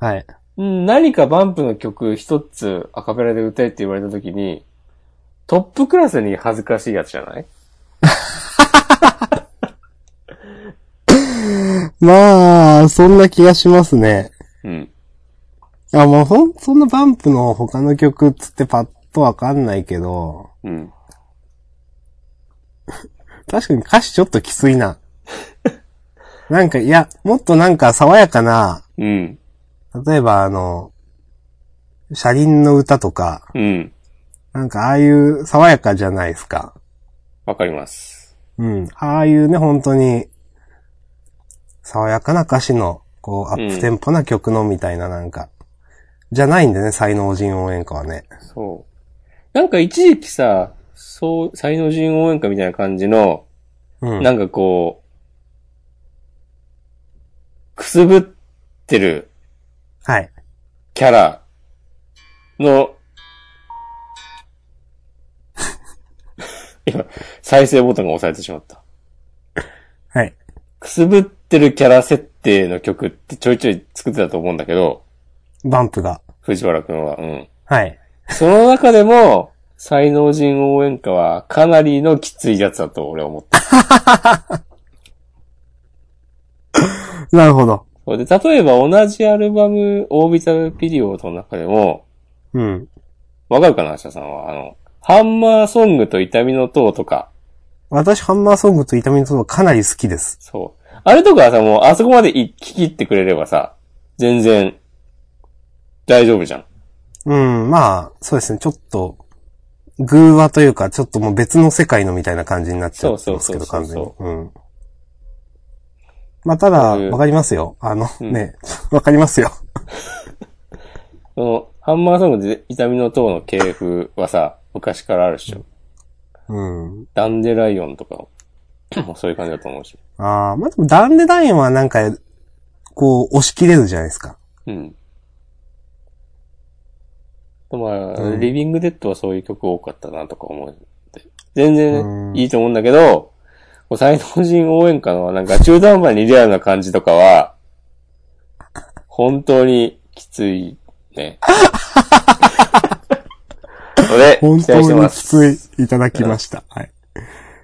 はい。うん何かバンプの曲一つアカペラで歌えって言われた時に、トップクラスに恥ずかしいやつじゃないまあ、そんな気がしますね。うん。あ、もうほん、そんなバンプの他の曲っつってパッとわかんないけど、うん。確かに歌詞ちょっときつい な。なんか、いや、もっとなんか爽やかな、うん。例えばあの、車輪の歌とか、うん。なんかああいう爽やかじゃないですか。わかります。うん。ああいうね、本当に、爽やかな歌詞の、こう、アップテンポな曲のみたいななんか、じゃないんでね、才能人応援歌はね。そう。なんか一時期さ、そう、才能人応援歌みたいな感じの、うん。なんかこう、くすぶってるはい。キャラの、今、再生ボタンが押されてしまった。はい。くすぶってるキャラ設定の曲ってちょいちょい作ってたと思うんだけど、バンプが。藤原くんは。うん。はい。その中でも、才能人応援歌はかなりのきついやつだと俺は思った。なるほど。そうで、例えば同じアルバム、オービタルピリオドの中でも、うん。わかるかな、アシャさんは。あの、ハンマーソングと痛みの塔とか、私、ハンマーソングと痛みのとはかなり好きです。そう。あれとかはさ、もうあそこまでい聞き切ってくれればさ、全然、大丈夫じゃん。うん、まあ、そうですね、ちょっと、偶話というか、ちょっともう別の世界のみたいな感じになっちゃってますけど、そうそう完そう全そうに。うん。まあ、ただ、うんわかりますよ。あの、うんね、わかりますよ。その、ハンマーソングで痛みの塔の系譜はさ、昔からあるっしょ。うん。ダンデライオンとかも、もうそういう感じだと思うし。ああ、まあでも、ダンデダインはなんか、こう、押し切れるじゃないですか。うん。でもまあ、うんリビングデッドはそういう曲多かったなとか思って。全然うんいいと思うんだけど、こう才能人応援歌のなんか中途半端にリアルな感じとかは、本当にきついね。 それ、期本待して当にまきす。つい、いただきました。はい。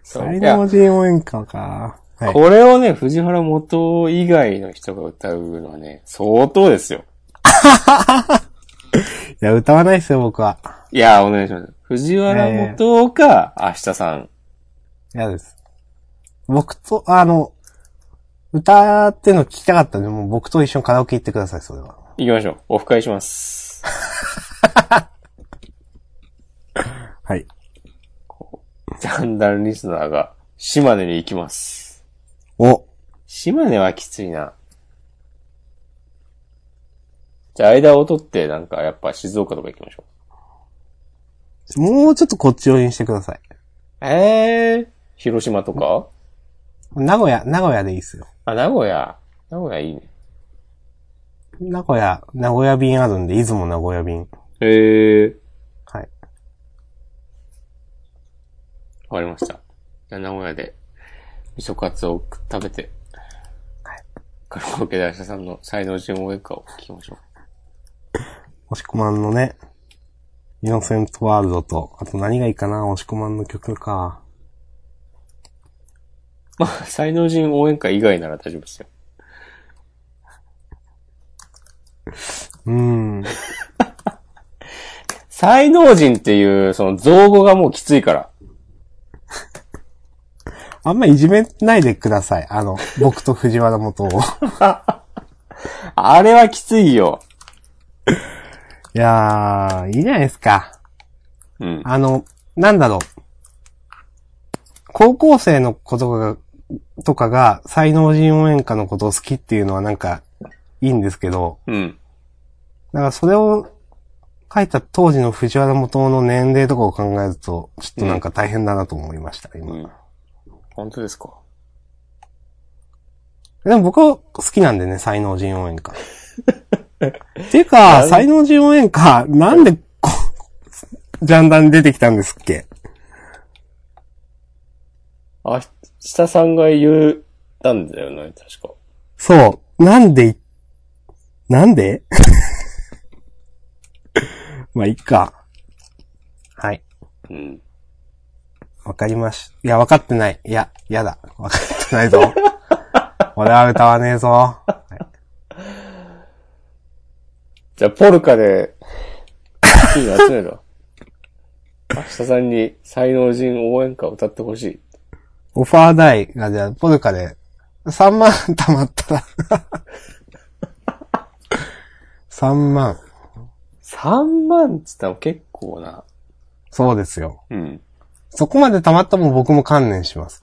そう最いや大人応援歌か。はい。これをね、藤原元以外の人が歌うのはね、相当ですよ。いや、歌わないですよ、僕は。いやー、お願いします。藤原元か、明日さん。嫌です。僕と、あの、歌っていうの聞きたかったんで、もう僕と一緒にカラオケ行ってください、それは。行きましょう。オフ会し ます。はい。ジャンダルリスナーが、島根に行きます。お、島根はきついな。じゃあ、間を取って、なんか、やっぱ静岡とか行きましょもうちょっとこっち寄りにしてください。う。えー、広島とか名古屋、名古屋でいいっすよ。あ、名古屋。名古屋いいね。名古屋、名古屋便あるんで、出雲名古屋便。えー、はい。わかりました。じゃあ、名古屋で、味噌カツを食べて、カラオケで明日さんの才能人応援歌を聞きましょう。押し込まんのね、イノセントワールドと、あと何がいいかな、押し込まんの曲か。まあ、才能人応援歌以外なら大丈夫ですよ。うーん。才能人っていう、その造語がもうきついから。あんまいじめないでください。あの、僕と藤原元を。いあれはきついよ。やー、いいじゃないですか。うん。あの、なんだろう。高校生の子とかが、とかが、才能人応援歌のことを好きっていうのはなんか、いいんですけど、うん。だからそれを書いた当時の藤原元の年齢とかを考えると、ちょっとなんか大変だなと思いました、今。うん。本当ですかでも僕は好きなんでね、才能人応援 歌。っていうか、才能人応援歌、なんでこ、ジャンダンに出てきたんですっけあ、下さんが言ったんだよね、確か。そう。なんでい、なんで まあ、いっか。はい。うん。わかりまし、いや、わかってない。いや、やだ。わかってないぞ。俺は歌わねえぞ。はいじゃあ、ポルカで、いいの集めろ。明日さんに才能人応援歌を歌ってほしい。オファー代が、じゃあ、ポルカで、3万貯まったら。3万。 3万って言ったら結構な。そうですよ。うん。そこまで貯まったもん僕も観念します。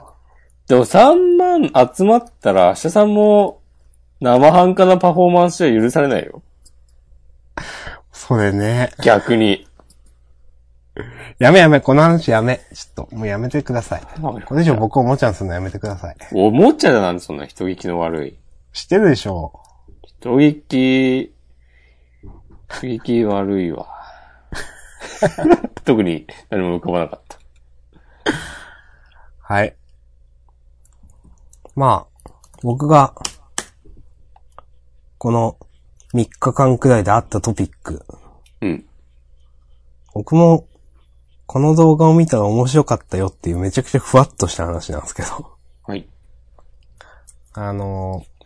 でも3万集まったら、明日さんも生半可なパフォーマンスじゃ許されないよ。それね。逆に。やめやめ、この話やめ。ちょっと、もうやめてください。これ以上僕僕をおもちゃにするのやめてください。 おもちゃだなんてそんな人聞きの悪い。知ってるでしょ人聞き、人聞き悪 いわ。特に何も浮かばなかった。はい。まあ、僕が、この3日間くらいであったトピック。うん。僕も、この動画を見たら面白かったよっていうめちゃくちゃふわっとした 話なんですけど。はい。あのー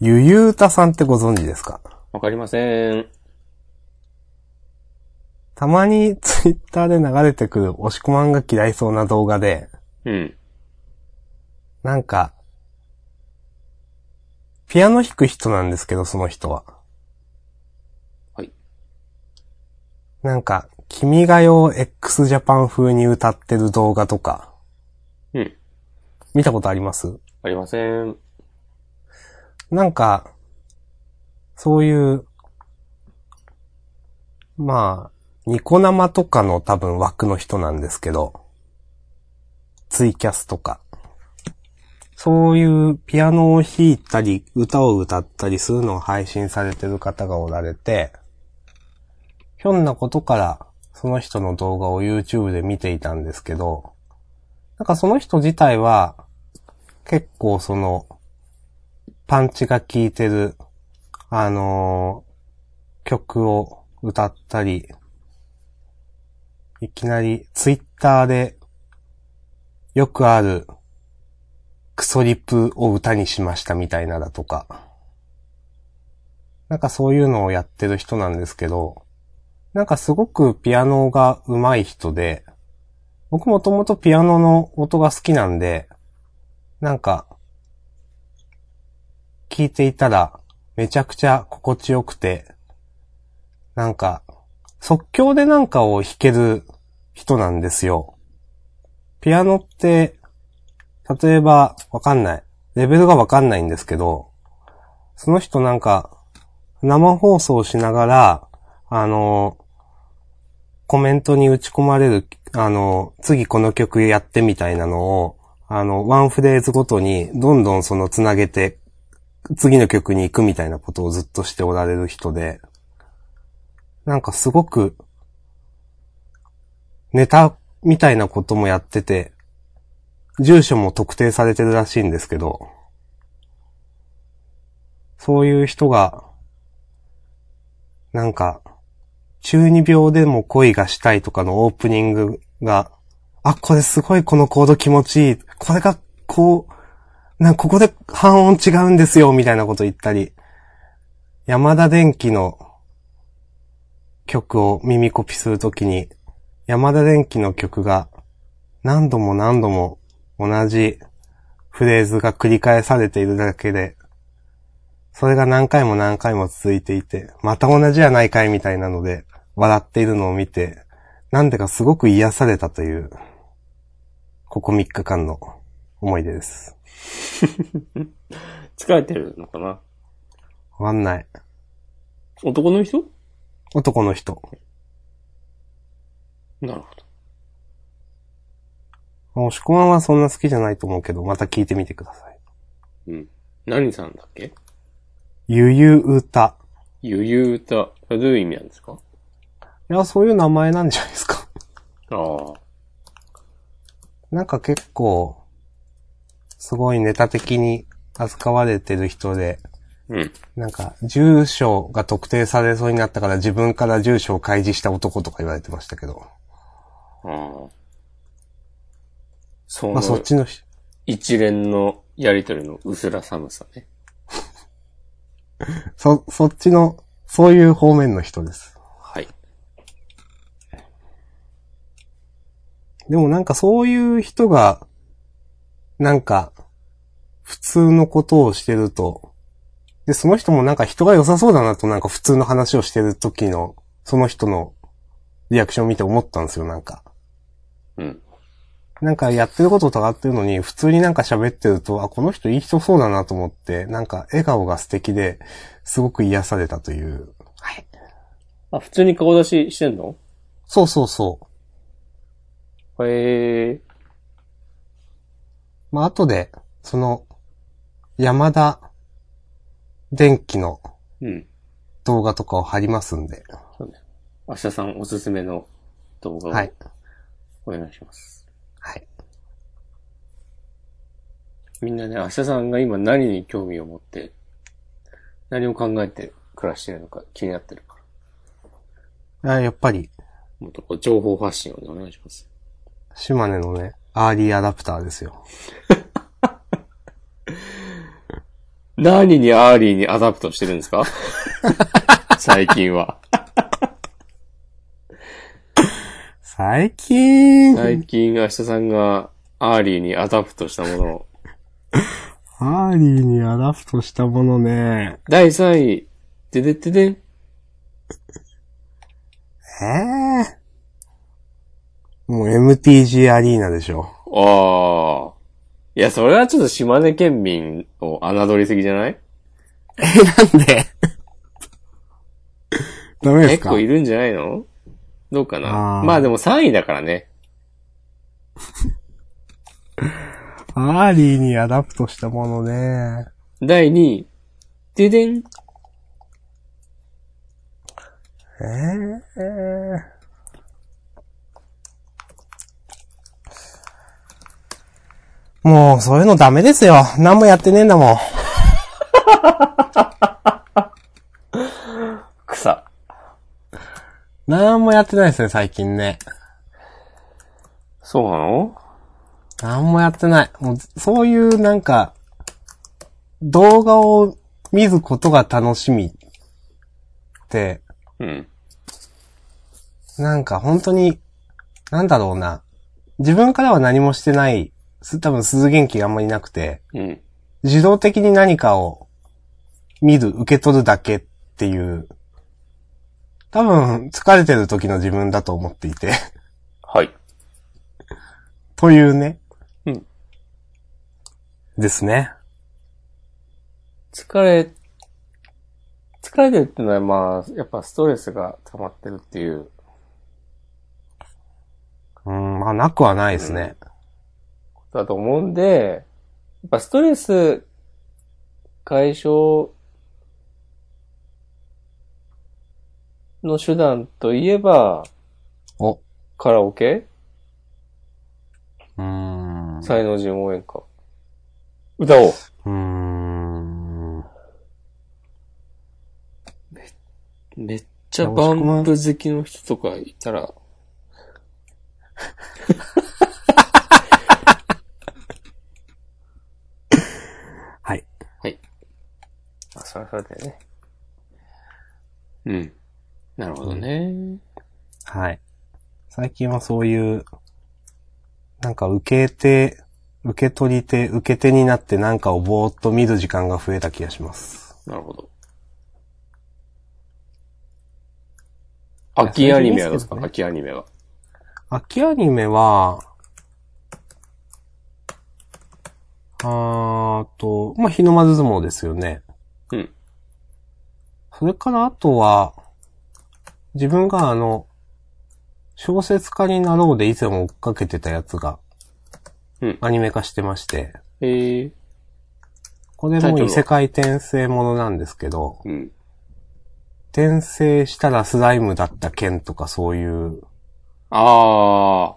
ゆゆうたさんってご存知ですかわかりません。たまにツイッターで流れてくる押し込まんが嫌いそうな動画で、うん。なんか、ピアノ弾く人なんですけど、その人は。はい。なんか、君が代を x ジャパン風に歌ってる動画とか、うん。見たことありますありません。なんか、そういう、まあ、ニコ生とかの多分枠の人なんですけど、ツイキャスとか。そういうピアノを弾いたり、歌を歌ったりするのを配信されてる方がおられて、ひょんなことからその人の動画を YouTube で見ていたんですけど、なんかその人自体は結構そのパンチが効いてる、あのー曲を歌ったり、いきなりツイッターでよくあるクソリプを歌にしましたみたいなだとか、なんかそういうのをやってる人なんですけど、なんかすごくピアノが上手い人で、僕もともとピアノの音が好きなんで、なんか聞いていたら、めちゃくちゃ心地よくて、なんか、即興でなんかを弾ける人なんですよ。ピアノって、例えば、わかんない。レベルがわかんないんですけど、その人なんか、生放送しながら、あの、コメントに打ち込まれる、あの、次この曲やってみたいなのを、あの、ワンフレーズごとに、どんどんそのつなげて次の曲に行くみたいなことをずっとしておられる人で、なんかすごく、ネタみたいなこともやってて、住所も特定されてるらしいんですけど、そういう人が、なんか、中二病でも恋がしたいとかのオープニングが、あ、これすごいこのコード気持ちいい。これがこう、なんかここで半音違うんですよ、みたいなこと言ったり、山田電機の曲を耳コピするときに、山田電機の曲が何度も何度も同じフレーズが繰り返されているだけで、それが何回も何回も続いていて、また同じやないかいみたいなので、笑っているのを見て、なんでかすごく癒されたという、ここ3日間の思い出です。疲れてるのかなわかんない。男の人男の人。なるほど。もしこまんはそんな好きじゃないと思うけど、また聞いてみてください。うん。何さんだっけゆゆうた。ゆゆうた。それどういう意味なんですかいや、そういう名前なんじゃないですか。 ああ。なんか結構、すごいネタ的に扱われてる人で、うん。なんか、住所が特定されそうになったから自分から住所を開示した男とか言われてましたけど。ああ。そまあそっのちの人、一連のやりとりの薄ら寒さね。そ、そっちの、そういう方面の人です。はい。でもなんかそういう人が、なんか、普通のことをしてると、で、その人もなんか人が良さそうだなとなんか普通の話をしてる時の、その人のリアクションを見て思ったんですよ、なんか。うん。なんかやってることとかってるのに、普通になんか喋ってると、あ、この人いい人そうだなと思って、なんか笑顔が素敵で、すごく癒されたという。はい。あ、普通に顔出ししてんのそうそうそう。へえ。まあ、後で、その、山田電機のうん。動画とかを貼りますんで。明日さんおすすめの動画をはい。お願いします。はい。みんなね、明日さんが今何に興味を持って、何を考えて暮らしてるのか気になってるから。あやっぱり、もっとこう情報発信をね、お願いします。島根のね、アーリーアダプターですよ。何にアーリーにアダプトしてるんですか 最近は。最 近、最近、明日さんがアーリーにアダプトしたものを。アーリーにアダプトしたものね。第3位、ででででん。ええもう MTG アリーナでしょ。ああ。いや、それはちょっと島根県民を侮りすぎじゃないえ、なんでダメです結か構いるんじゃないのどうかなあーまあでも3位だからね。アーリーにアダプトしたものね。第2位、ででん。ええもう、そういうのダメですよ。何もやってねえんだもん。草。何もやってないですね、最近ね。そうなの何もやってない。もう、そういうなんか、動画を見ることが楽しみって、うん。なんか本当に、なんだろうな。自分からは何もしてない、す多分鈴元気があんまりなくて、うん。自動的に何かを見る、受け取るだけっていう、多分疲れてる時の自分だと思ってい て、はい。というね。うん。ですね。疲れ、疲れてるってのはまあ、やっぱストレスが溜まってるっていう。うん、まあなくはないですね。だと思うんで、やっぱストレス解消の手段といえば、お。カラオケうん。う才能人応援歌。歌おう。ーん。めっちゃバンプ好きの人とかいたら、はい。あ、そりゃそうだよね。うん。なるほどね。はい。最近はそういう、なんか受け手、受け取り手、受け手になってなんかをぼーっと見る時間が増えた気がします。なるほど。秋アニメはどうですかいや秋アニメは。秋アニメは、あーと、まあ、日の丸相撲ですよね。うん。それからあとは、自分があの、小説家になろうで以前追っかけてたやつが、うんアニメ化してまして、へえ。これタイもトル異は世界転生ものなんですけど、うん。転生したらスライムだった剣とかそういう、ああ。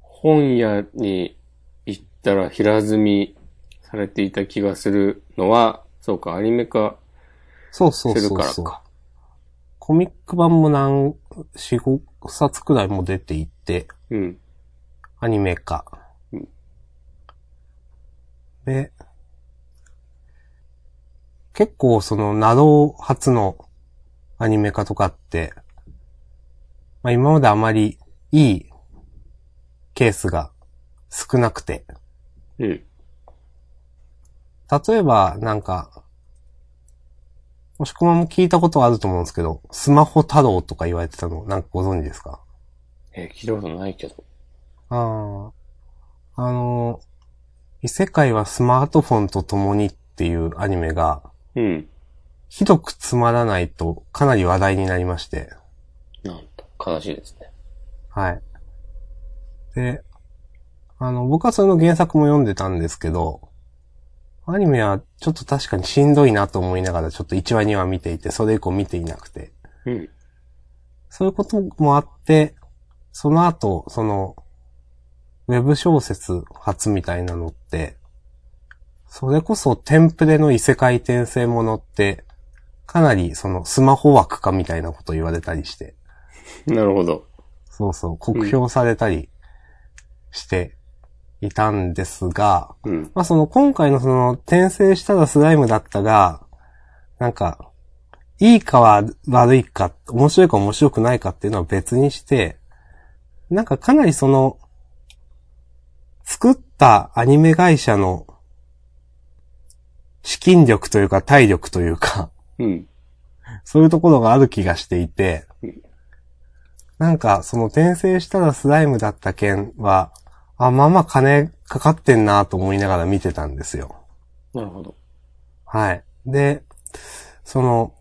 本屋に行ったら平積みされていた気がするのは、そうか、アニメ化そうそうするそうからそう。か。コミック版も何、四五冊くらいも出ていて、うん。アニメ化うん。で、結構その、ナロー初のアニメ化とかって、まあ今まであまりいいケースが少なくて、うん。例えばなんか、もしくまも聞いたことあると思うんですけど、スマホ太郎とか言われてたの、なんかご存知ですかえー、聞いたことないけど。ああ。あの、異世界はスマートフォンと共にっていうアニメが、うん。ひどくつまらないとかなり話題になりまして。なんと、悲しいですね。はい。で、あの、僕はその原作も読んでたんですけど、アニメはちょっと確かにしんどいなと思いながらちょっと1話2話見ていて、それ以降見ていなくて。うん。そういうこともあって、その後、その、ウェブ小説初みたいなのって、それこそテンプレの異世界転生ものって、かなりそのスマホ枠かみたいなこと言われたりして、なるほど。そうそう、酷評されたりして、いたんですが、うん。まあその今回のその転生したらスライムだったが、なんか、いいかは悪いか、面白いか面白くないかっていうのは別にして、なんかかなりその、作ったアニメ会社の資金力というか体力というか、 うん。そういうところがある気がしていてうん、なんか、その転生したらスライムだった件は、あ、まあまあ金かかってんなと思いながら見てたんですよ。なるほど。はい。で、その、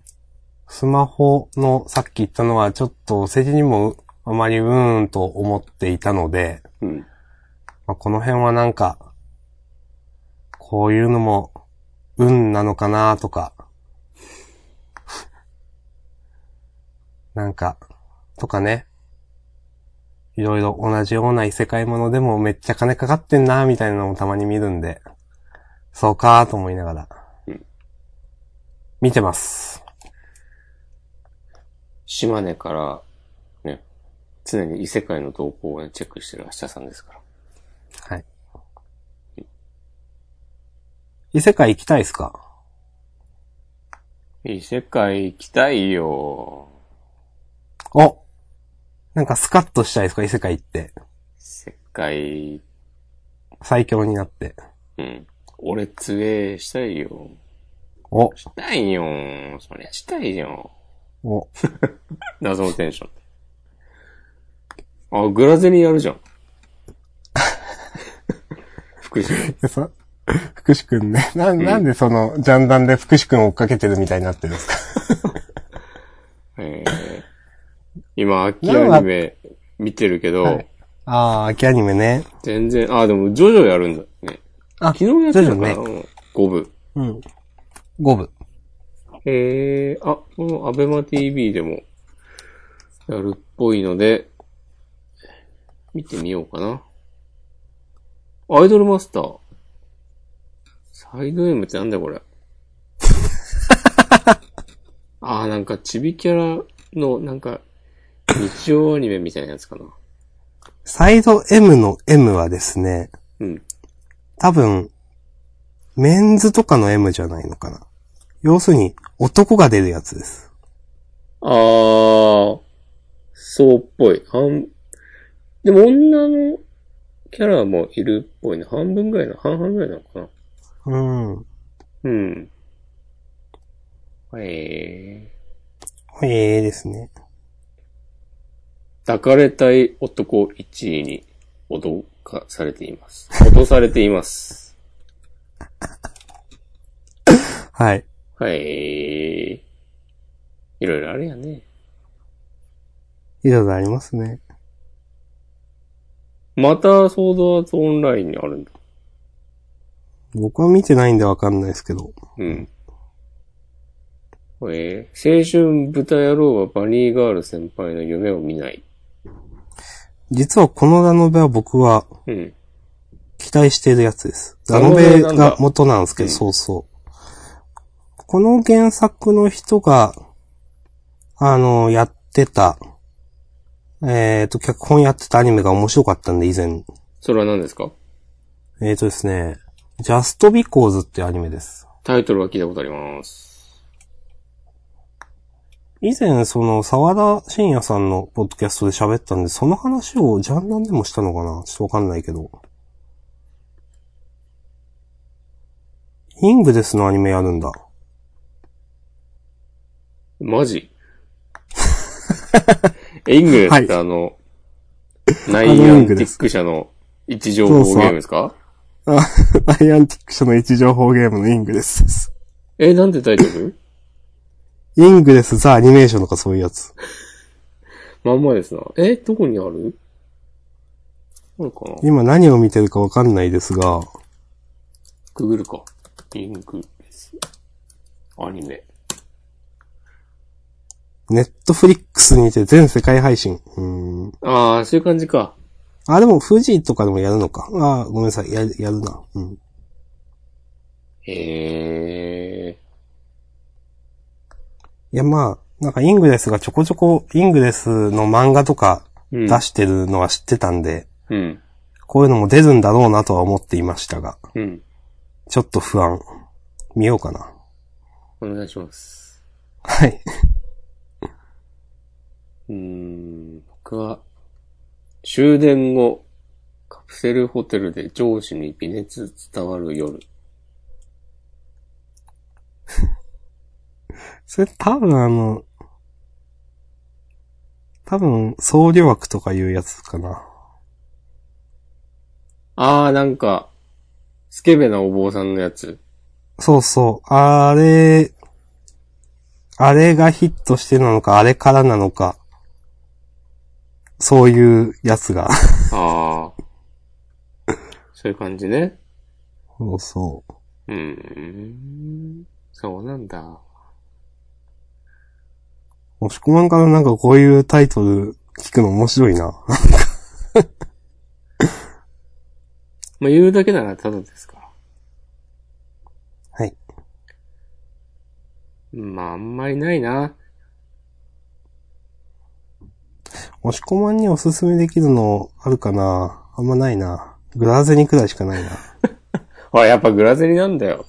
スマホのさっき言ったのはちょっと政治にもあまりうーんと思っていたので、うん。まあ、この辺はなんか、こういうのも、運なのかなとか、 なんか、とかね、いろいろ同じような異世界ものでもめっちゃ金かかってんなみたいなのもたまに見るんで、そうかーと思いながらうん、見てます。島根から、ね、常に異世界の動向をね、チェックしてる明日さんですから。はい。異世界行きたいっすか異世界行きたいよ。おなんかスカッとしたいですか異世界行って。異世界、最強になって。うん。俺、つえしたいよ。お、したいよ。そりゃしたいよ。お、謎のテンション。あ、グラゼリや るじゃん。福島。そ、福士くんね。な、なんでその、ジャンダンで福士くんを追っかけてるみたいになってるんですかえー、今、秋アニメ見てるけど、はいあー、秋アニメね。全然、あ、でも、ジョジョやるんだね。あ、昨日やってたの徐かな、々ね。うん、5部。うん。五部。えー、あ、このアベマ TV でも、やるっぽいので、見てみようかな。アイドルマスター。サイド M ってなんだよこれ。あー、なんか、チビキャラの、なんか、日曜アニメみたいなやつかな。サイド M の M はですね、うん。多分、メンズとかの M じゃないのかな。要するに、男が出るやつです。あー、そうっぽい。半、でも女のキャラもいるっぽいね。半分ぐらいな、半々ぐらいなのかな。うん。うん。えええですね。ー、抱かれたい男1位に脅かされてい ます。脅されています。はい。はい。いろいろあるやね。いろいろありますね。また、ソードアートオンラインにあるんだ。僕は見てないんでわかんないですけど。うん。えー、青春豚野郎はバニーガール先輩の夢を見ない。実はこのラノベは僕はうん。期待しているやつです。ララノノベベなんだが元なんですけど、そうそう。この原作の人が、あの、やってた、えっ、と、脚本やってたアニメが面白かったんで、以前。それは何ですかえっ、とですね、ジャストビコーズっていうアニメです。タイトルは聞いたことあります。以前、その、沢田信也さんのポッドキャストで喋ったんで、その話をジャンダンでもしたのかなちょっとわかんないけど。イングデスのアニメやるんだ。マ ジイングレスってあの、ナイアンティック社の位置情報ゲームですかあ、アイアンティック社の位置情報ゲームのイングレスです。え、なんてタイトルイングレスザアニメーションとかそういうやつ。まんまですな。え、どこにあるあるかな今何を見てるかわかんないですが、ググるか。イングレス。アニメ。ネットフリックスにて全世界配信。うーん。ああ、そういう感じか。あ、でも富士とかでもやるのか。あーごめんなさい。や、やるな。うん。へえ。いや、まあ、なんかイングレスがちょこちょこイングレスの漫画とかうん。出してるのは知ってたんで、うん。こういうのも出るんだろうなとは思っていましたが、うん。ちょっと不安。見ようかな。お願いします。はい。うーん、僕は、終電後、カプセルホテルで上司に微熱伝わる夜。それ多分あの、多分、総量枠とかいうやつかな。あー、なんか、スケベなお坊さんのやつ。そうそう。あれ、あれがヒットしてなのか、あれからなのか、そういうやつが。あー。そういう感じね。そうそう。うーん。そうなんだ。もしこまんからなんかこういうタイトル聞くの面白いな。まあ、言うだけならただですから。はい。まあ、あんまりないな。もしこまんにおすすめできるのあるかなあんまないな。グラゼニくらいしかないな。ほら、やっぱグラゼリなんだよ。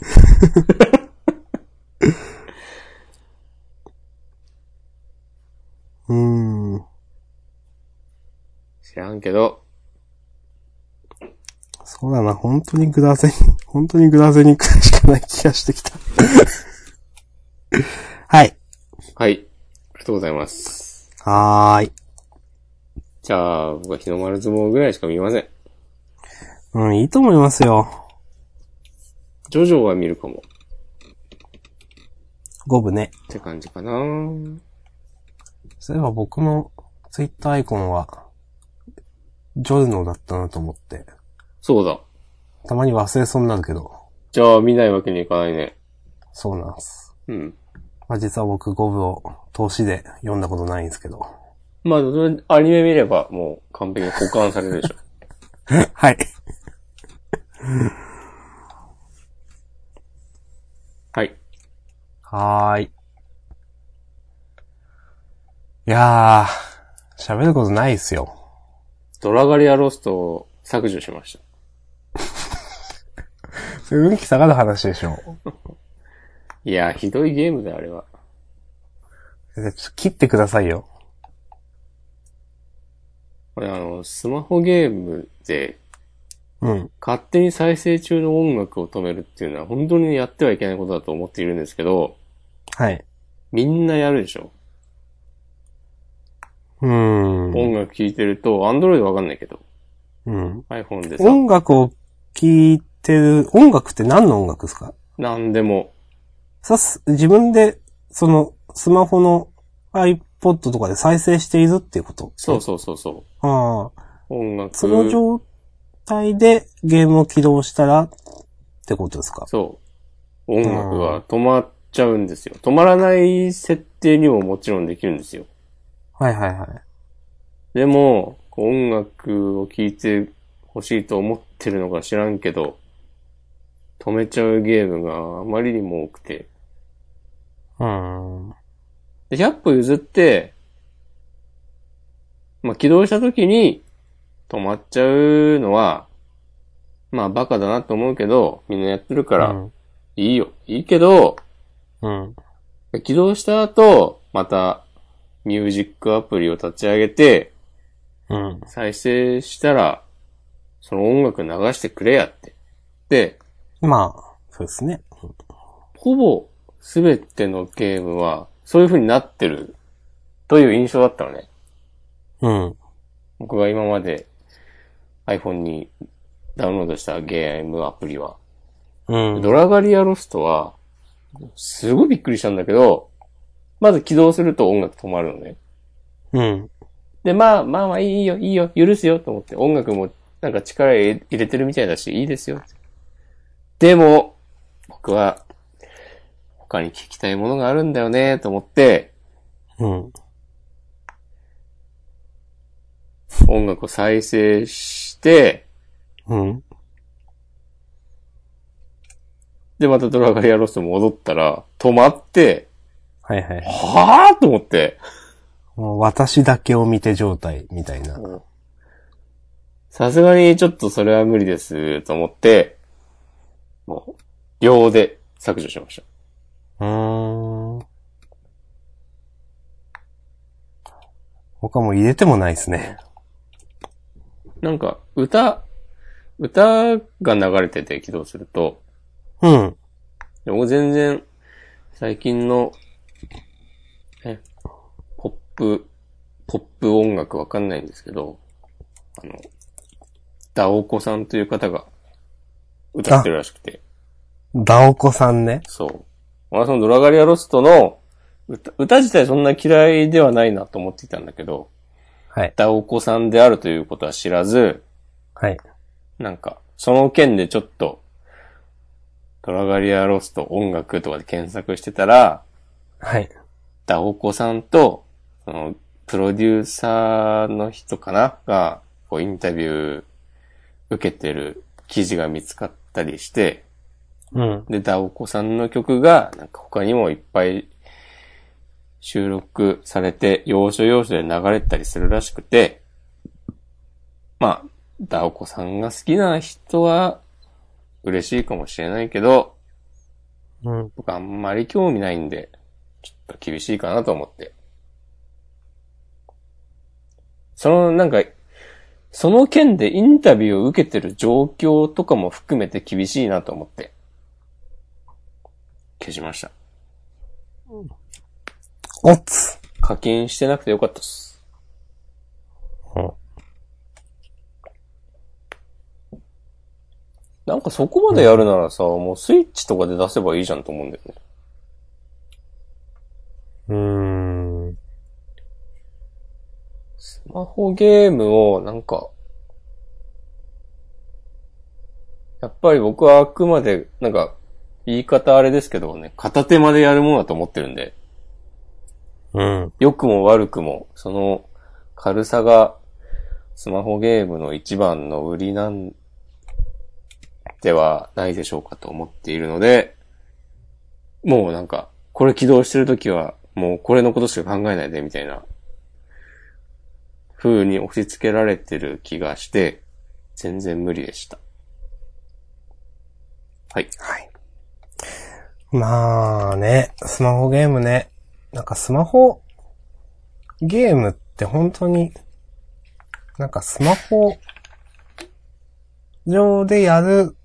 うーん。知らんけど。そうだな、本当にグラゼニ、 本当にグラゼニくらいしかない気がしてきた。 はい。はい。ありがとうございます。はーい。じゃあ、僕は日の丸相撲ぐらいしか見ません。うん、いいと思いますよ。ジョジョは見るかも。五分ね。って感じかな。うそういえば僕のツイッターアイコンは、ジョルノだったなと思って。そうだ。たまに忘れそうになるけど、じゃあ、見ないわけにいかないね。そうなんです。うん。まあ、実は僕五部を投資で読んだことないんですけど。まあ、どれアニメ見ればもう完璧に保管されるでしょ。はい。はい。はーい。いやー、喋ることないっすよ。ドラガリアロストを削除しました。それ運気下がる話でしょ。いや、ひどいゲームだよ、あれは。ちょっと切ってくださいよ。これあの、スマホゲームでうん。勝手に再生中の音楽を止めるっていうのは本当にやってはいけないことだと思っているんですけど、はい。みんなやるでしょ。うーん。音楽聴いてると、アンドロイドわかんないけど、うん。 iPhone でさ、音楽を聴いてる、音楽って何の音楽ですかなんでも、さす、自分で、その、スマホの iPod とかで再生しているっていうことそうそうそうそう。ああ。音楽。その状態でゲームを起動したらってことですかそう。音楽が止まっちゃうんですよ。止まらない設定にももちろんできるんですよ。はいはいはい。でも、こう音楽を聴いてほしいと思ってるのか知らんけど、止めちゃうゲームがあまりにも多くて。うーん。で、100歩譲って、まあ、起動した時に止まっちゃうのは、まあ、バカだなと思うけど、みんなやってるから、うん。いいよ。いいけど、うん。起動した後、また、ミュージックアプリを立ち上げて、うん。再生したら、その音楽流してくれやって。で、まあ、そうですね。ほぼすべてのゲームは、そういう風になってる、という印象だったのね。うん。僕が今まで iPhone にダウンロードしたゲームアプリは。うん。ドラガリアロストは、すごいびっくりしたんだけど、まず起動すると音楽止まるのね。うん。で、まあまあまあいいよ、いいよ、許すよと思って、音楽もなんか力入れてるみたいだし、いいですよ。でも、僕は、他に聞きたいものがあるんだよね、と思って、うん。音楽を再生して、うん。で、またドラガリアロストに戻ったら、止まって、はいはい。はぁと思って、もう私だけを見て状態みたいな。さすがにちょっとそれは無理ですと思って、もう、秒で削除しました。うーん。僕はもう入れてもないですね。なんか、歌、歌が流れてて起動すると、うん。でも全然、最近の、ね、ポップ、ポップ音楽わかんないんですけど、あの、ダオコさんという方が歌ってるらしくて、ダオコさんね。そう。俺はそのドラガリアロストの歌、歌自体そんな嫌いではないなと思っていたんだけど、はい。ダオコさんであるということは知らず、はい。なんか、その件でちょっと、ドラガリアロスト音楽とかで検索してたら、はい。ダオコさんと、その、プロデューサーの人かなが、こう、インタビュー受けてる記事が見つかったりして、うん。で、ダオコさんの曲が、なんか他にもいっぱい収録されて、要所要所で流れてたりするらしくて、まあ、ダオコさんが好きな人は嬉しいかもしれないけど、うん。僕あんまり興味ないんで、ちょっと厳しいかなと思って。その、なんか、その件でインタビューを受けてる状況とかも含めて厳しいなと思って、消しました。おっつ。課金してなくてよかったっす。うんなんかそこまでやるならさ、もうスイッチとかで出せばいいじゃんと思うんだよね。うーん。スマホゲームをなんか、やっぱり僕はあくまで、なんか、言い方あれですけどね、片手までやるものだと思ってるんで、うん。良くも悪くも、その軽さがスマホゲームの一番の売りなんではないでしょうかと思っているので、もうなんか、これ起動してるときは、もうこれのことしか考えないでみたいな、風に押し付けられてる気がして、全然無理でした。はい。はい。まあね、スマホゲームね。なんかスマホゲームって本当に、なんかスマホ上でやる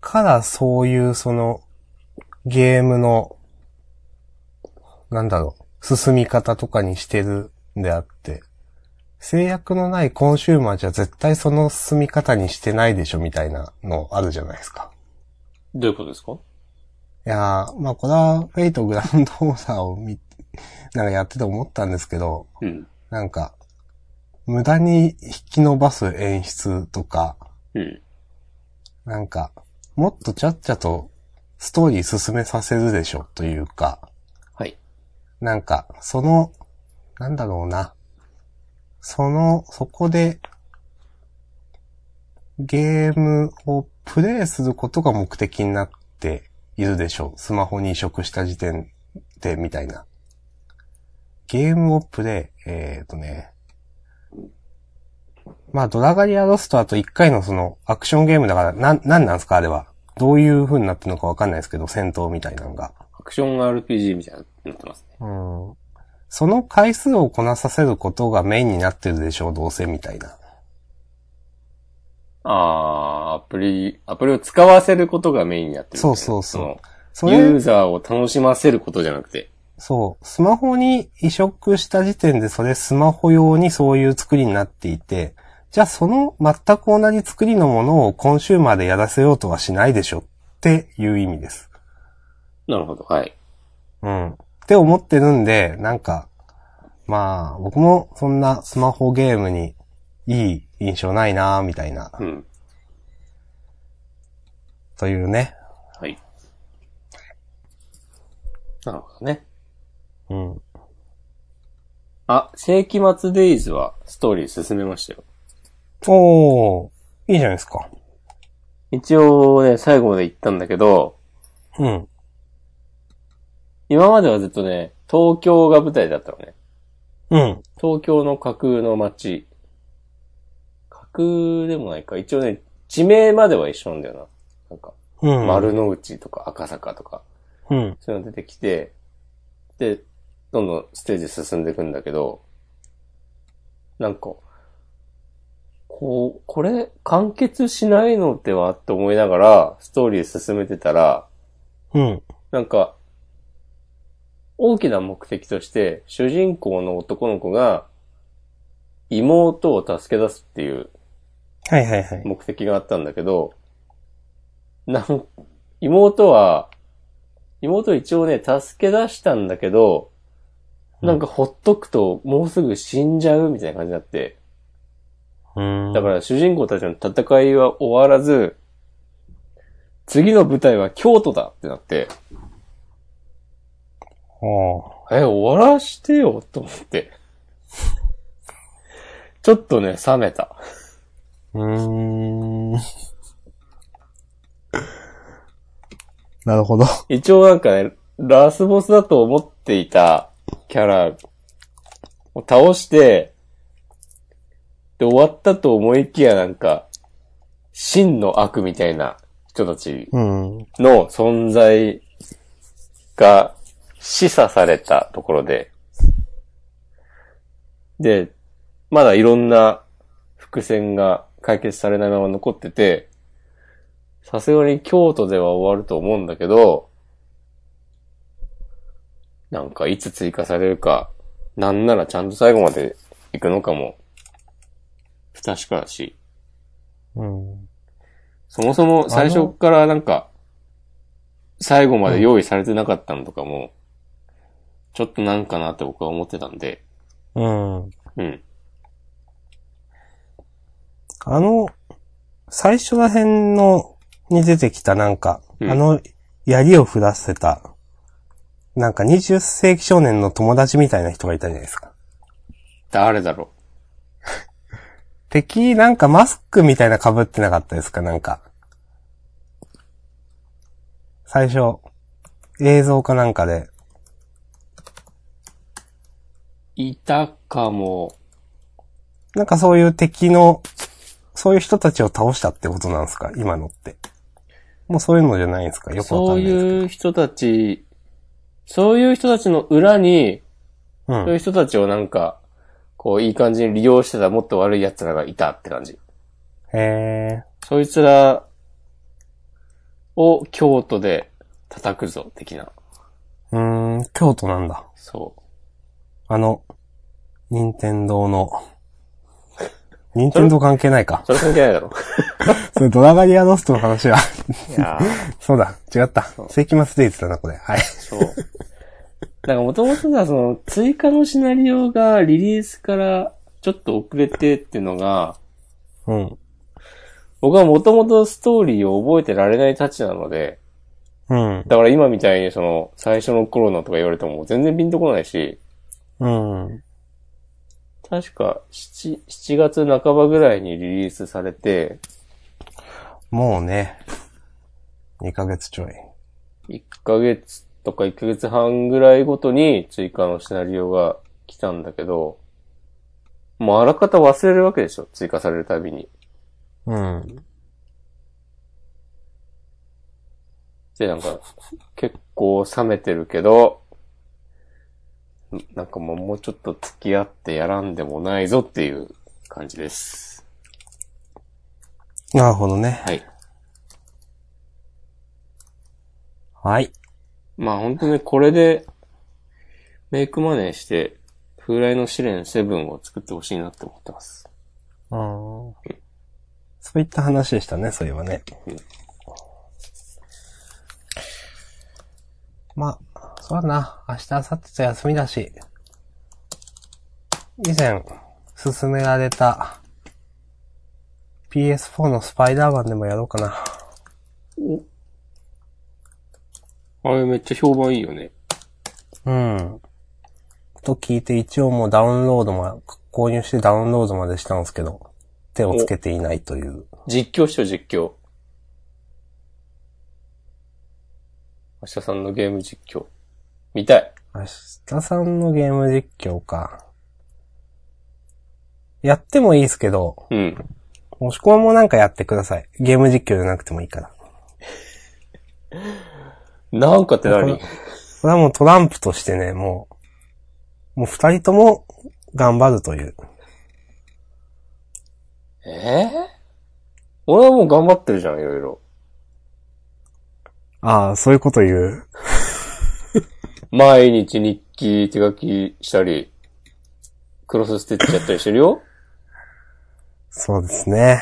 からそういうそのゲームの、なんだろう、進み方とかにしてるんであって、制約のないコンシューマーじゃ絶対その進み方にしてないでしょみたいなのあるじゃないですか。どういうことですかいやー、まあこれは、フェイトグラウンドオーダーを見、なんかやってて思ったんですけど、うん。なんか、無駄に引き伸ばす演出とか、うん。なんか、もっとちゃっちゃとストーリー進めさせるでしょというか、はい。なんか、その、なんだろうな。その、そこで、ゲームをプレイすることが目的になっているでしょう。スマホに移植した時点で、みたいな。ゲームをプレイ、えーとね。まあ、ドラガリアロストあと1回のその、アクションゲームだから、なん、なんなんすかあれは。どういう風になってるのかわかんないですけど、戦闘みたいなのが。アクション RPG みたいになってますね。うんその回数をこなさせることがメインになってるでしょう、どうせみたいな。あー、アプリ、アプリを使わせることがメインになってるんだよね、そうそうそうのそユーれ、ザーを楽しませることじゃなくて。そう、スマホに移植した時点でそれスマホ用にそういう作りになっていて、じゃあその全く同じ作りのものをコンシューマーでやらせようとはしないでしょっていう意味です。なるほど。はい。うん。って思ってるんで、なんか、まあ、僕もそんなスマホゲームにいい印象ないなぁみたいな、うん。というね。はい。なるほどね。うん。あ、世紀末デイズはストーリー進めましたよ。おー、いいじゃないですか。一応ね、最後まで言ったんだけど、うん。今まではずっとね、東京が舞台だったのね。うん。東京の架空の街。架逆でもないか。一応ね、地名までは一緒なんだよな。なんか、うん。丸の内とか赤坂とか、うん。そういうの出てきて、で、どんどんステージ進んでいくんだけど、なんか、こう、これ完結しないのではって思いながら、ストーリー進めてたら、うん。なんか、大きな目的として、主人公の男の子が、妹を助け出すっていうはいはいはい。目的があったんだけど、なん、妹は、妹一応ね、助け出したんだけど、なんかほっとくともうすぐ死んじゃうみたいな感じになって、うん。だから主人公たちの戦いは終わらず、次の舞台は京都だってなって、あえ、終わらしてよと思って。ちょっとね、冷めた。あ。うーん。なるほど。一応なんかね、ラスボスだと思っていたキャラを倒して、で、終わったと思いきやなんか、真の悪みたいな人たちうん。うの存在が示唆されたところで、で、まだいろんな伏線が解決されないまま残ってて、さすがに京都では終わると思うんだけど、なんかいつ追加されるか、なんならちゃんと最後まで行くのかも、不確かだし、ん。そもそも最初からなんか、最後まで用意されてなかったのとかも、ちょっとなんかなって僕は思ってたんで、うん。うん。あの、最初ら辺の、に出てきたなんか、うんあの、槍を振らせた、なんか20世紀少年の友達みたいな人がいたじゃないですか。誰だろ敵、なんかマスクみたいな被ってなかったですかなんか。最初、映像かなんかで。う。いたかも。なんかそういう敵の、そういう人たちを倒したってことなんですか今のって。もうそういうのじゃないんですかよくわかそうなんいですけど。いう人たち、そういう人たちの裏に、う。そういうん人たちをなんか、こういい感じに利用してたもっと悪い奴らがいたって感じ。へそいつらを京都で叩くぞ、的な。ー。うーん、京都なんだ。そう。あの、任天堂の、任天堂関係ないか。それ関係ないだろ。それドラガリアロストの話は。いや ー。そうだ、違った。世紀末デイズだな、これ。はい。そう。なんかもともとさ、その、追加のシナリオがリリースからちょっと遅れてっていうのが、うん。僕はもともとストーリーを覚えてられないたちなので、うん。だから今みたいにその、最初の頃のとか言われても全然ピンとこないし、うん。確か7、7月半ばぐらいにリリースされて、もうね、2ヶ月ちょい。 1ヶ月とか1ヶ月半ぐらいごとに追加のシナリオが来たんだけど、もうあらかた忘れるわけでしょ追加されるたびに。うん。で、なんか、結構冷めてるけど、んなんかもうもうちょっと付き合ってやらんでもないぞっていう感じです。なるほどね。はい。はい。まあ本当ね、これで、メイクマネーして、風来の試練7を作ってほしいなって思ってます。うん。そういった話でしたね、そういえばね。まあ、そうだな。明日、明後日と休みだし。以前、勧められた PS4 のスパイダーマンでもやろうかな。あれめっちゃ評判いいよね。うん。と聞いて一応もうダウンロードま、購入してダウンロードまでしたんですけど、手をつけていないという。実況しよう、実況。明日さんのゲーム実況。見たい。明日さんのゲーム実況か。やってもいいですけど、うん。もし込みもなんかやってください。ゲーム実況じゃなくてもいいから。なんかってこ何れそれはもうトランプとしてね、もう、もう二人とも頑張るという。えー、俺はもう頑張ってるじゃん、いろいろ。ああ、そういうこと言う。毎日日記手書きしたり、クロスステッチやったりしてるよ。そうですね。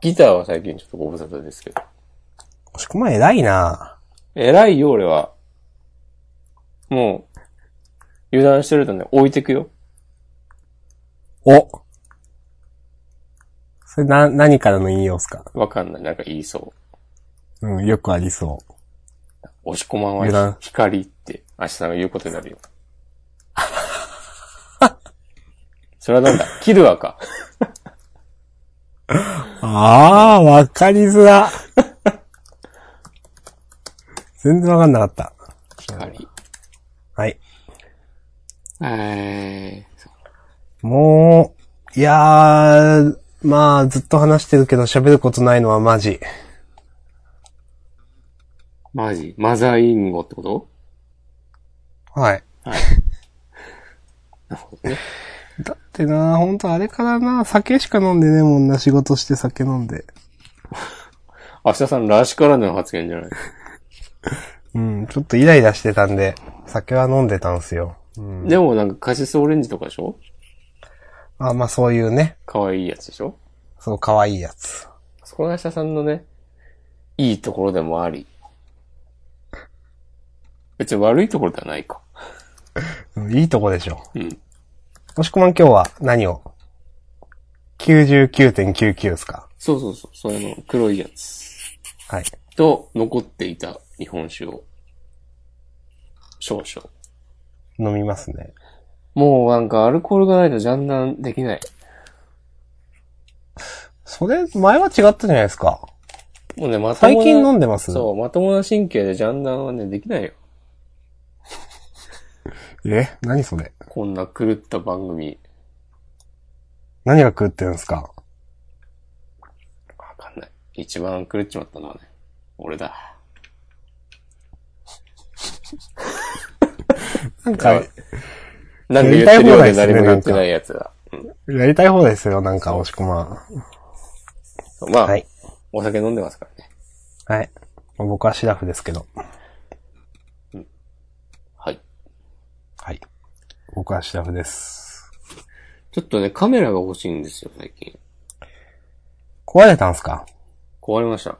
ギターは最近ちょっとご無沙汰ですけど。もし込ま偉いな偉いよ、俺は。もう、油断してるとね、置いてくよ。おそれな、何からの引用っすかわかんない。なんか言いそう。うん、よくありそう。押し込まん油断は光って、明日の言うことになるよ。 それはなんだキルアか。ああ、わかりづら。 全然わかんなかった。光。はい。えもう、いやー、まあ、ずっと話してるけど喋ることないのはマジ。ー、マジマザーインゴってことはい。なるほどね。だってな、ほんとあれからな、酒しか飲んでねえもんな、仕事して酒飲んで。明日さんらしからぬ発言じゃないうん、ちょっとイライラしてたんで、酒は飲んでたんすよ。うん。でもなんかカシスオレンジとかでしょあ、まあそういうね、可愛いやつでしょそう可愛いやつ。そこが明日さんのね、いいところでもあり。別に悪いところではないか。うんいいとこでしょ。うん。もしくまん今日は何を ?99.99 ですかそうそうそう。それの黒いやつ。はい。と、残っていた日本酒を、少々。飲みますね。もうなんかアルコールがないとジャンダンできない。それ、前は違ったじゃないですか。もうね、まとも最な近飲んでますそう、まともな神経でジャンダンはね、できないよ。え何それこんな狂った番組。何が食ってるんですかわかんない。一番狂っちまったのはね、俺だ。なんか、なんか言ってるようで何も言ってないやつだ。やりたい方ですよ、なんか、押し込まそうまあ、はいお酒飲んでますからね。ん。はい。まあ僕はシラフですけど。はい。はい。僕はシラフです。ちょっとね、カメラが欲しいんですよ、最近。壊れたんすか壊れました。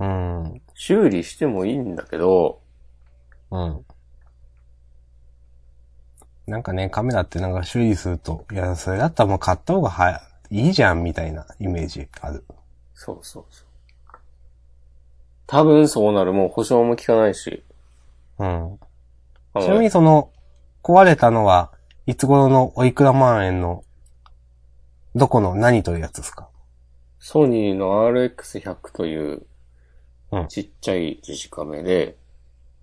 うん。うん。修理してもいいんだけど、なんかね、カメラってなんか修理すると、いや、それだったらもう買った方が早い、いいじゃん、みたいなイメージある。そうそうそう。多分そうなる。もう保証も効かないし。うん。あのちなみにその、壊れたのは、いつ頃のおいくら万円の、どこの何というやつですかソニーの RX100 というう、んちっちゃい自主カメで、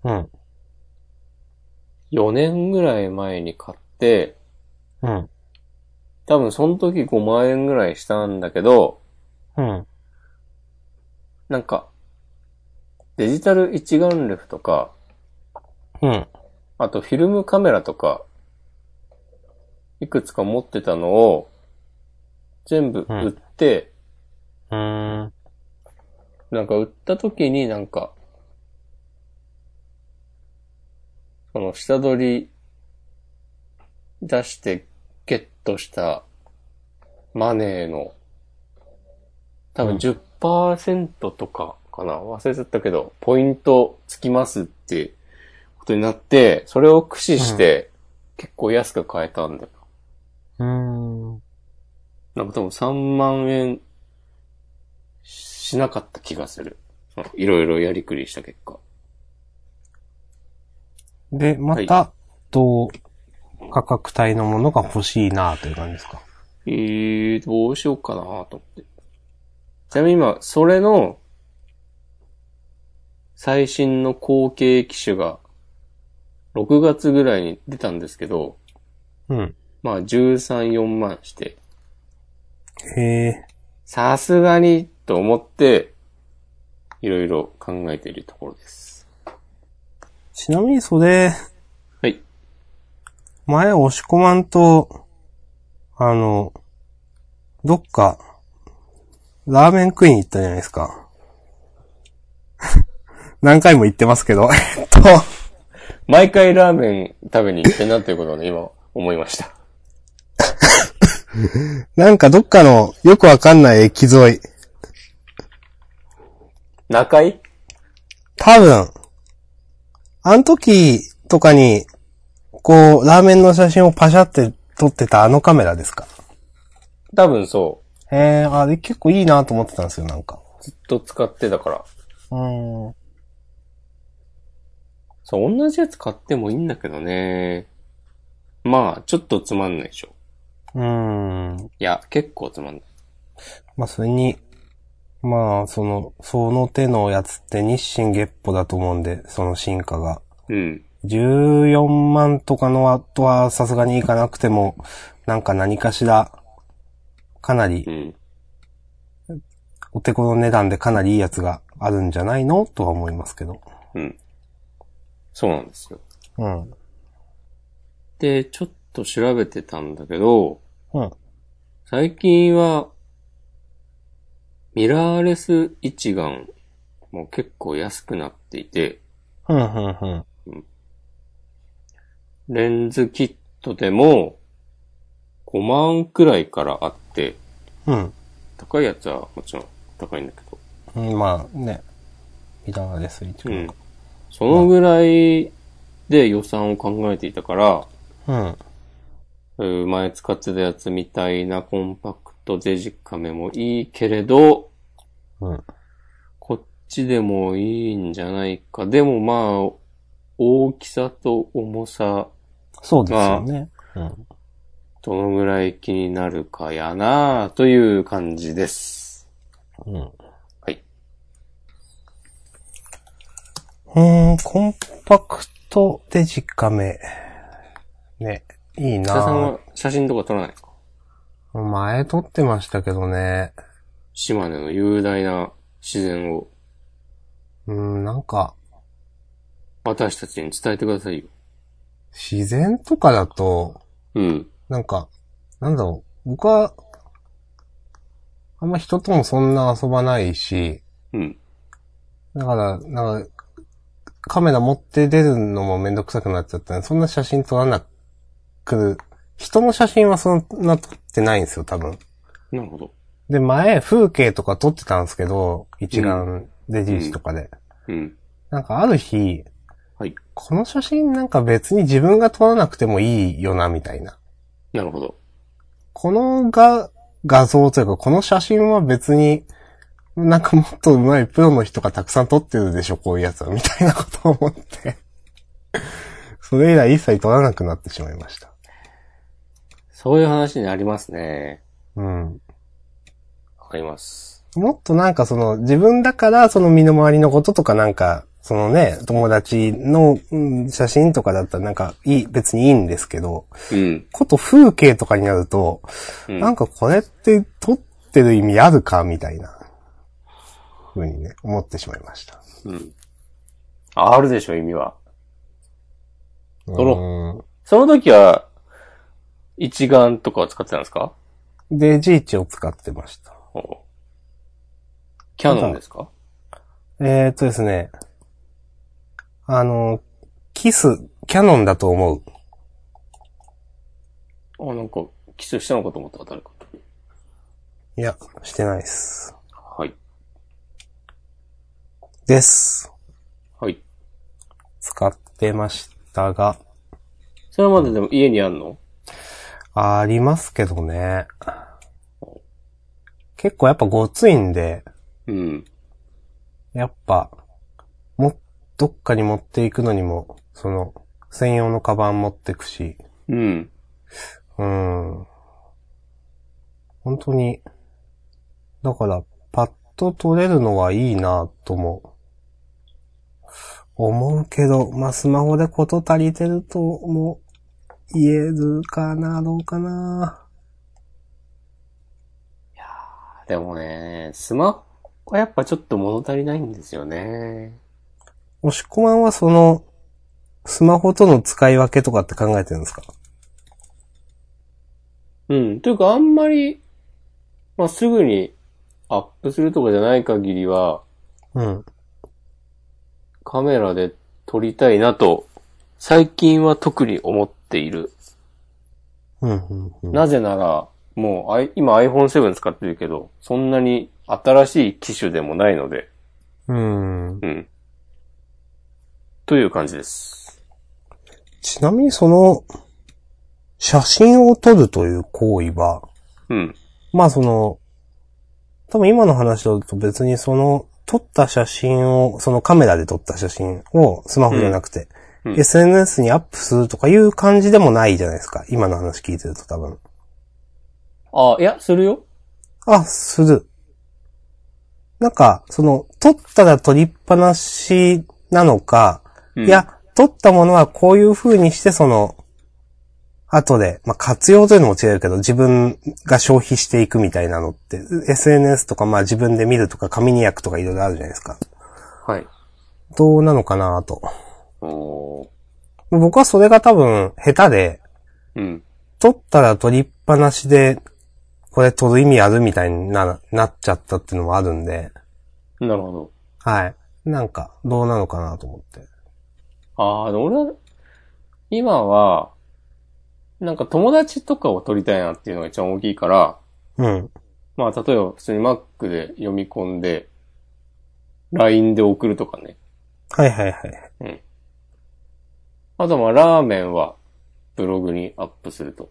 うん。 4年ぐらい前に買って、うん。多分その時5万円ぐらいしたんだけど、うん。なんか、デジタル一眼レフとか、うん。あとフィルムカメラとか、いくつか持ってたのを、全部売って、うーん。なんか売った時になんか、その下取り出してゲットしたマネーの多う分ん10%とかかな、忘れちゃったけど、ポイントつきますってことになって、それを駆使して結構安く買えたんだよ。うーん。なんか多分3万円しなかった気がする。そのいろいろやりくりした結果。で、また、同価格帯のものが欲しいなという感じですか。えー、どうしようかなと思って。ちなみに今、それの最新の後継機種が6月ぐらいに出たんですけど、うん。まあ13、4万して、へえ。さすがに、と思って、いろいろ考えているところです。ちなみにそれ、はい。前押し込まんと、あの、どっか、ラーメン食いに行ったじゃないですか。 何回も言ってますけど、えっと、毎回ラーメン食べに行ってんなっていうことをね、今思いました。なんかどっかのよくわかんない駅沿い、中井多分、あの時とかに、こう、ラーメンの写真をパシャって撮ってたあのカメラですか。多分そえー、あれ結構いいなと思ってたんですよ、なんか。う。ずっと使ってたから。うん。そう、同じやつ買ってもいいんだけどね。まあ、ちょっとつまんないでしょ。うん。いや、結構つまんない。まあ、それに、まあ、その、その手のやつって日清月歩だと思うんで、その進化が。うん。 14万とかの後はさすがにいかなくても、なんか何かしら、かなうり、ん。お手頃値段でかなりいいやつがあるんじゃないのとは思いますけど。うん。そうなんですよ。うん。で、ちょっと調べてたんだけど、うん。最近は、ミラーレス一眼も結構安くなっていて、ふんふんふん。レンズキットでも5万くらいからあって、うん高いやつはもちろん高いんだけど、うん。まあ、ね。いらがです、一応。うん。そのぐらいで予算を考えていたから、うん。うん前使ってたやつみたいなコンパクトデジカメもいいけれど、うん。こっちでもいいんじゃないか。でもまあ、大きさと重さ、そうですよね。うん。どのぐらい気になるかやなあという感じです。うん。はい。うーん、コンパクトデジカメ。ね、いい北さなんは写真とか撮らないですか前撮ってましたけどね。島根の雄大な自然をうーん、なんか、私たちに伝えてくださいよ。自然とかだと、うん。なんか、なんだろう、僕は、あんま人ともそんな遊ばないし、うん。だから、なんか、カメラ持って出るのもめんどくさくなっちゃったんで、そんな写真撮らなくる。人の写真はそんな撮ってないんですよ、多分。なるほど。で、前、風景とか撮ってたんですけど、一眼レジ石とかで。うん。なんかある日、はい。この写真なんか別に自分が撮らなくてもいいよな、みたいな。なるほど。このが、画像というか、この写真は別に、なんかもっと上手いプロの人がたくさん撮ってるでしょ、こういうやつは、みたいなことを思って。 それ以来一切撮らなくなってしまいました。そういう話になりますね。うん。わかります。もっとなんかその自分だからその身の回りのこととかなんか、そのね、友達のうん写真とかだったらなんかいい、別にいいんですけど、うん。こと風景とかになると、うんなんかこれって撮ってる意味あるかみたいな、ふうにね、思ってしまいました。うん。あるでしょ、意味は。撮ろその時は、一眼とかを使ってたんですかうん。で、ジーチを使ってました。おキャノンですかえー、っとですね、あの、キス、キャノンだと思う。あ、なんか、キスしたのかと思った、誰かと。いや、してないです。はい。です。はい。使ってましたが、それまででも家にあんのありますけどね。結構やっぱごついんで、うん。やっぱ、も、どっかに持っていくのにも、その、専用のカバン持ってくし、うん。うん。本当に、だから、パッと取れるのはいいなとも、思うけど、まあ、スマホでこと足りてるとも言えるかな、どうかな。でもね、スマホはやっぱちょっと物足りないんですよね。押し込まんはその、スマホとの使い分けとかって考えてるんですかうん。というかあんまり、まあ、すぐにアップするとかじゃない限りは、うん。カメラで撮りたいなと、最近は特に思っている。うん、うん、うん。なぜなら、もう、あい今 iPhone7 使ってるけど、そんなに新しい機種でもないので、うん。うん。という感じです。ちなみにその、写真を撮るという行為は、うん。まあその、多分今の話だと別にその、撮った写真を、そのカメラで撮った写真をスマホじゃなくて、うんうん SNS にアップするとかいう感じでもないじゃないですか。今の話聞いてると多分。あ、いや、するよ。あ、する。なんか、その、撮ったら撮りっぱなしなのか、うんいや、撮ったものはこういう風にして、その、後で、まあ、活用というのも違うけど、自分が消費していくみたいなのって、SNS とか、まあ、自分で見るとか、紙に焼くとかいろいろあるじゃないですか。はい。どうなのかなと。おー僕はそれが多分、下手で、うん。撮ったら撮りっぱなしで、これ撮る意味あるみたいにな、なっちゃったっていうのもあるんで、なるほど。はい。なんか、どうなのかなと思って。ああ、でも俺は、今は、なんか友達とかを撮りたいなっていうのが一番大きいから、うん。まあ例えば普通に Mac で読み込んで、LINE で送るとかね。はいはいはい。あとはまあラーメンはブログにアップすると。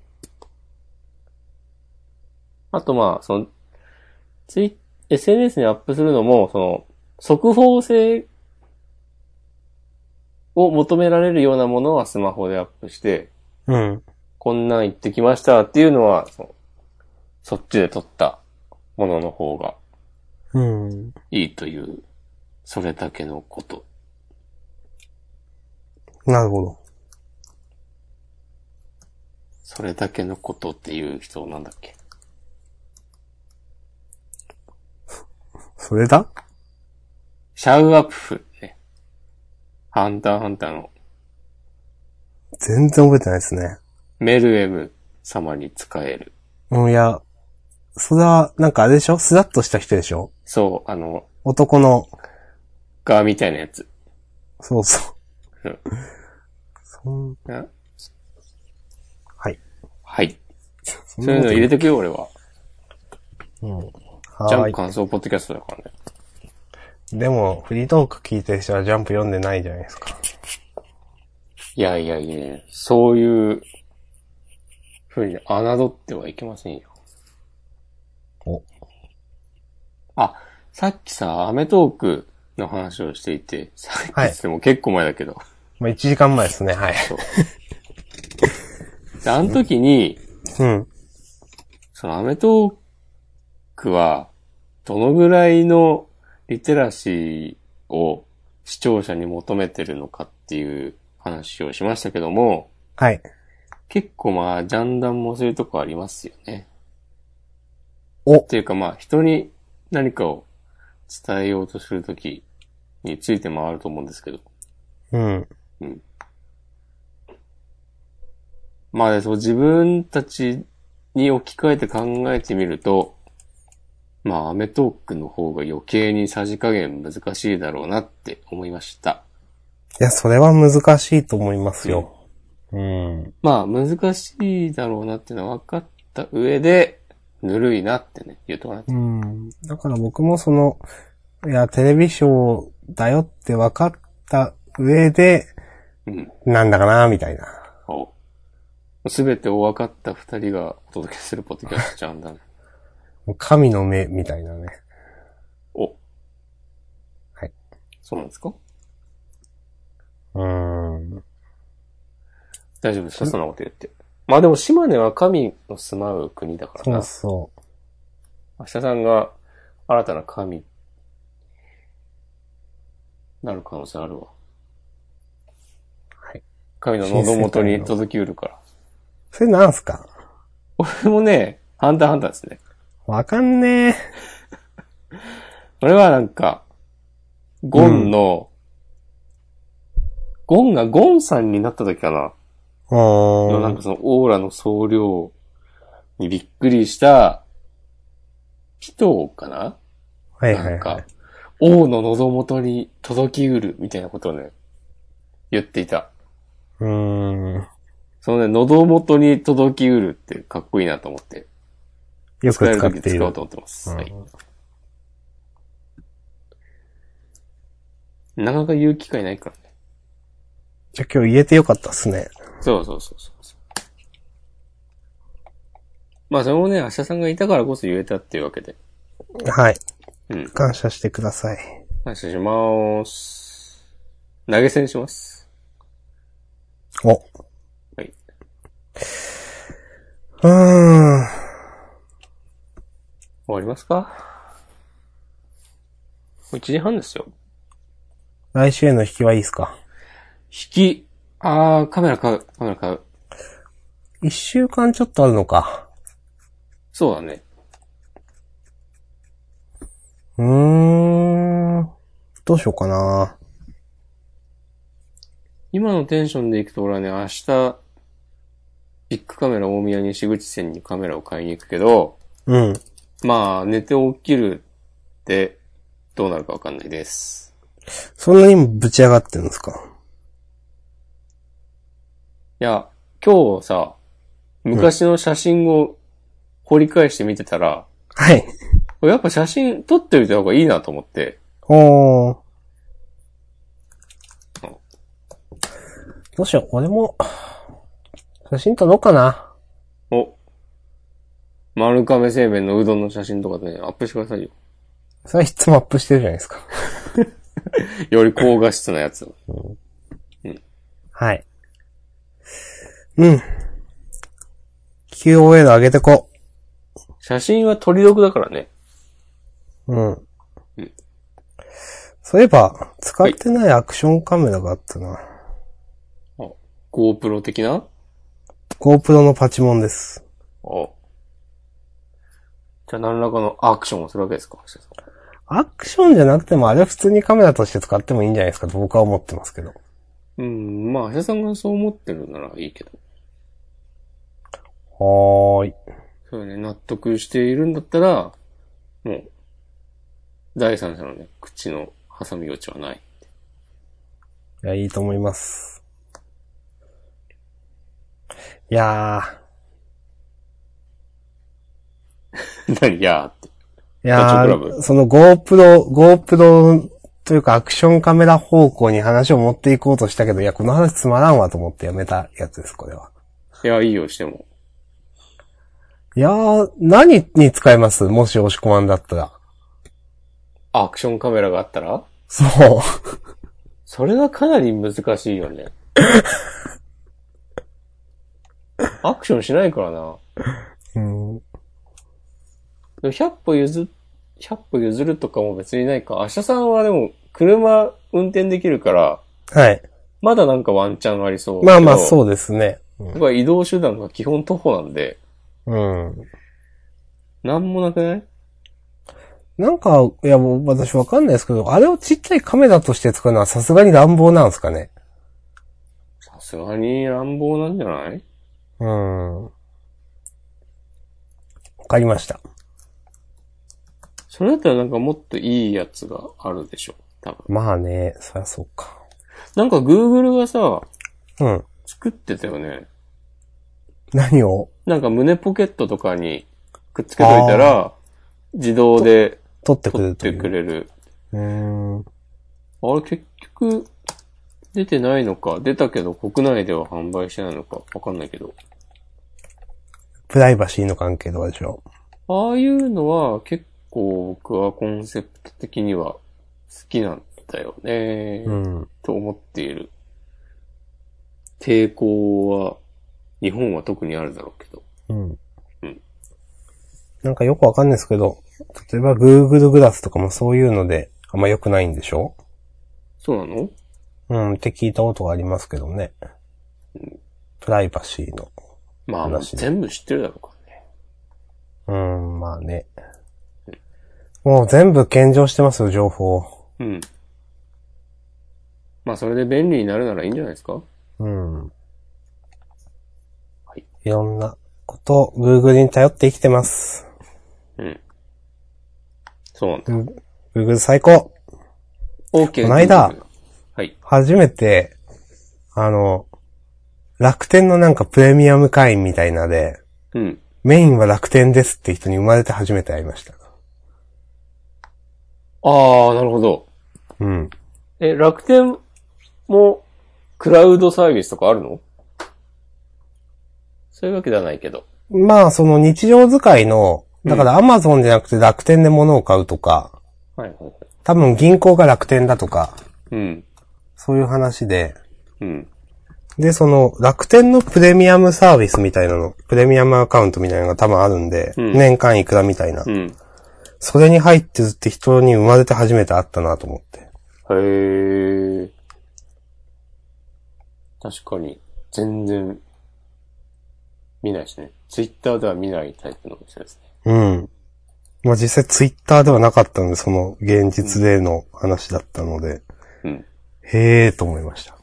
あとまあ、その、ツイ SNS にアップするのも、その、速報性を求められるようなものはスマホでアップして、うん。こんなん行ってきましたっていうのは、そのそっちで撮ったものの方がうん。いいという、それだけのこと。なるほど。それだけのことっていう人なんだっけそれだシャウアップね。ハンターハンターの全然覚えてないですね。メルエム様に使える。うん、いや、それは、なんかあれでしょスラッとした人でしょそう、あの、男の、ガーみたいなやつ。。そうそううんそんなはい。はい。そそういうの入れて、とけよ、俺は。うん。ジャンはプー感想ポッドキャストだからね。い。でも、フリートーク聞いてる人はジャンプ読んでないじゃないですか。いやいやいやそういう、ふうに侮ってはいけませんよ。お。あ、さっきさ、アメトークの話をしていて、さっきっつっても結構前だけど。まあ、1時間前ですね、はい。であの時に、うん。そのアメトークは、どのぐらいのリテラシーを視聴者に求めてるのかっていう話をしましたけども、はい。結構まあ、ジャンダンもそういうとこありますよね。おっていうかまあ、人に何かを伝えようとするときについて回ると思うんですけど。うん。まあね、そう自分たちに置き換えて考えてみると、まあ、アメトークの方が余計にさじ加減難しいだろうなって思いました。いや、それは難しいと思いますよ。うん。まあ、難しいだろうなっていうのは分かった上で、ぬるいなってね、言うとかなきゃうん。だから僕もその、いや、テレビショーだよって分かった上で、うん。なんだかな、みたいな。おすべてを分かった二人がお届けするポッドキャストちゃうんだね。もう神の目、みたいなね。お。はい。そうなんですかうん。大丈夫ですかそんなこと言って。まあでも、島根は神の住まう国だからそなう。そ明日さんが新たな神、なる可能性あるわ。はい。神の喉元に届きうるから。う。それなんすか俺もね、ハンターハンターですね。わかんねえ。これはなんか、ゴンの、ゴンがゴンさんになった時かな。うのなーんんか。そのオーラの総量にびっくりした、ピトーかなはいはないんはかい。、王の喉元に届きうるみたいなことをね、言っていた。うーん。そのね、喉元に届きうるってかっこいいなと思って、よく使える使っ時てい使おうると。思ってます。うんはい。なかなか言う機会ないからね。じゃあ今日言えてよかったっすね。そうそうそうそうそう。まあそれもね、明日さんがいたからこそ言えたっていうわけで。はい。うん。感謝してください。感謝します。投げ銭します。お。はい。うーん。終わりますかもう1時半ですよ。来週への引きはいいっすか引き、あー、カメラ買う、カメラ買う。一週間ちょっとあるのか。そうだね。うーん。どうしようかな。今のテンションで行くと俺はね、明日、ビッグカメラ大宮西口店にカメラを買いに行くけど、うん。まあ、寝て起きるって、どうなるかわかんないです。そんなにもぶち上がってるんですかいや、今日さ、昔の写真を掘り返して見てたら、はい。これやっぱ写真撮っておいた方がいいなと思って、おー。どうしよう、俺も、写真撮ろうかな。お、丸亀製麺のうどんの写真とかでね、アップしてくださいよ。それはいつもアップしてるじゃないですか。より高画質なやつ。はい。うん。QOL 上げてこ。写真は撮り得だからね。うんうん。そういえば、使ってないアクションカメラがあったな。あ GoPro 的な GoPro のパチモンです。おじゃあ何らかのアクションをするわけですか橋田さんアクションじゃなくても、あれは普通にカメラとして使ってもいいんじゃないですかと僕は思ってますけど。うん、まあ、橋田さんがそう思ってるならいいけど。はーい。そうね、納得しているんだったら、もう、第三者のね、口の挟み余地はない。 いや、いいと思います。いや何やーって。ー、いやダチョウ倶楽ー、その GoPro、GoPro というかアクションカメラ方向に話を持っていこうとしたけど、いや、この話つまらんわと思ってやめたやつです、これは。いや、いいよ、しても。いやー、何に使えますもし押し込まんだったら。アクションカメラがあったらそう。それはかなり難しいよ ね。アクションしないからな。うん、でも100歩譲、100歩譲るとかも別にないか。明日さんはでも、車運転できるから、はい。まだなんかワンチャンありそう。。まあまあ、そううですね。僕は移動手段が基本徒歩なんで、うん。なんもなくないなんか、いや、もう私わかんないですけど、あれをちっちゃいカメラとして使うのはさすがに乱暴なんですかね。さすがに乱暴なんじゃないうん。わかりました。それだったらなんかもっといいやつがあるでしょ。多分。まあね、そりゃそうか。なんか Google がさ、うん。作ってたよね。何をなんか胸ポケットとかにくっつけといたら、自動で撮ってくれ取っるとていう。くれる。うーん。あれ結局、出てないのか。出たけど国内では販売してないのか。わかんないけど。プライバシーの関係とかでしょ。ああいうのは結構僕はコンセプト的には好きなんだよね。うん。と思っている。抵抗は、日本は特にあるだろうけど。うんうん。なんかよくわかんないですけど、例えば Google グラスとかもそういうので、あんま良くないんでしょそうなのうん、って聞いたことがありますけどね。プライバシーの。まあ、話ね全部知ってるだろうからね。うん、まあね。もう全部献上してますよ、情報。うん。まあ、それで便利になるならいいんじゃないですかうん。はい。いろんなことを Google に頼って生きてます。うん。そうなんだ。うん Google 最高 OK。こないだ。はい。初めて、あの、楽天のなんかプレミアム会員みたいなで、うん。メインは楽天ですって人に生まれて初めて会いました。ああ、なるほど。うん。え、楽天もクラウドサービスとかあるのそういうわけではないけど。まあ、その日常使いの、だから Amazon じゃなくて楽天で物を買うとか、はいはいはい。多分銀行が楽天だとか、うん。そういう話で、うん。で、その、楽天のプレミアムサービスみたいなの、プレミアムアカウントみたいなのが多分あるんで、うん年間いくらみたいな、うん。それに入ってるって人に生まれて初めて会ったなと思って。へえ。確かに、全然、見ないですね。ツイッターでは見ないタイプのお店ですね。うん。まあ、実際ツイッターではなかったので、その現実での話だったので、うん。へえーと思いました。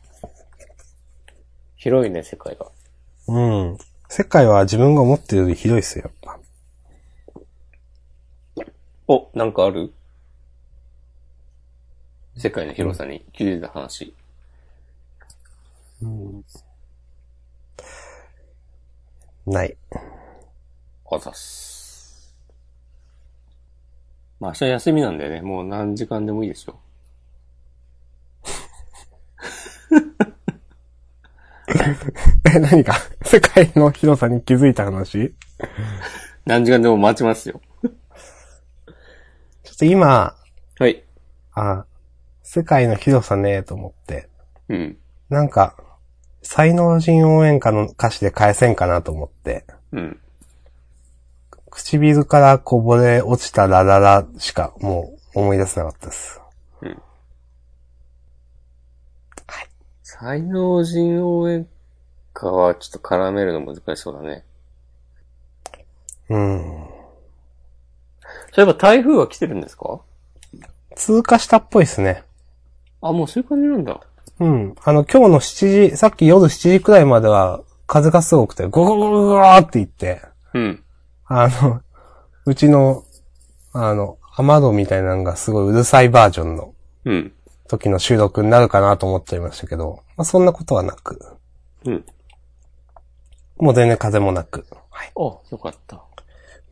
広いね、世界が。うん。世界は自分が思ってるより広いっすよ、やっぱ。お、なんかある世界の広さに気づいた話。ない。 あざっす。まあ明日休みなんだよね。もう何時間でもいいでしょ。え、何か、世界の広さに気づいた話何時間でも待ちますよ。ちょっと今、はい。あ、世界の広さねえと思って、うん。なんか、才能人応援歌の歌詞で返せんかなと思って、うん。唇からこぼれ落ちたラララしかもう思い出せなかったです。才能人応援歌はちょっと絡めるの難しそうだね。うん。そういえば台風は来てるんですか通過したっぽいですね。あ、もうそういう感じなんだ。うん。あの、今日の7時、さっき夜7時くらいまでは風がすごくて、ゴゴゴゴゴーって言って、うん。あの、うちの、あの、雨戸みたいなのがすごいうるさいバージョンのうん。時の収録になるかなと思っていましたけど、まあ、そんなことはなく、うん。もう全然風もなく、はい。あ、よかった。あ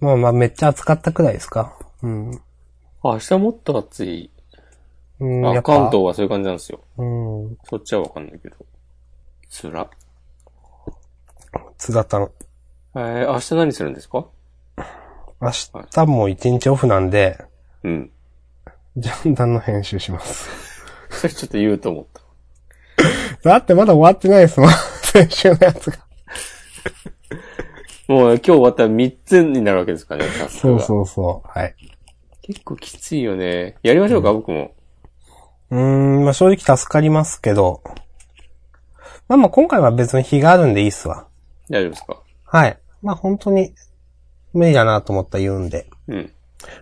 まあまあめっちゃ暑かったくらいですか。うん。明日もっと暑い。うん、やあ、っぱ関東はそういう感じなんですよ。うん。そっちはわかんないけど。つら。津田たん。えー、明日何するんですか明日も一日オフなんで、うん。ジャンダンの編集します。そ れちょっと言うと思っ た。だってまだ終わってないですもん。 先週のやつが。もう今日終わったら3つになるわけですかね、タスクそうがそうそう。はい。結構きついよね。やりましょうか、僕も。うーん、まあ正直助かりますけど。まあまあ今回は別に日があるんでいいっすわ。大丈夫ですかはい。まあ本当に無理だなと思ったら言うんで。うん。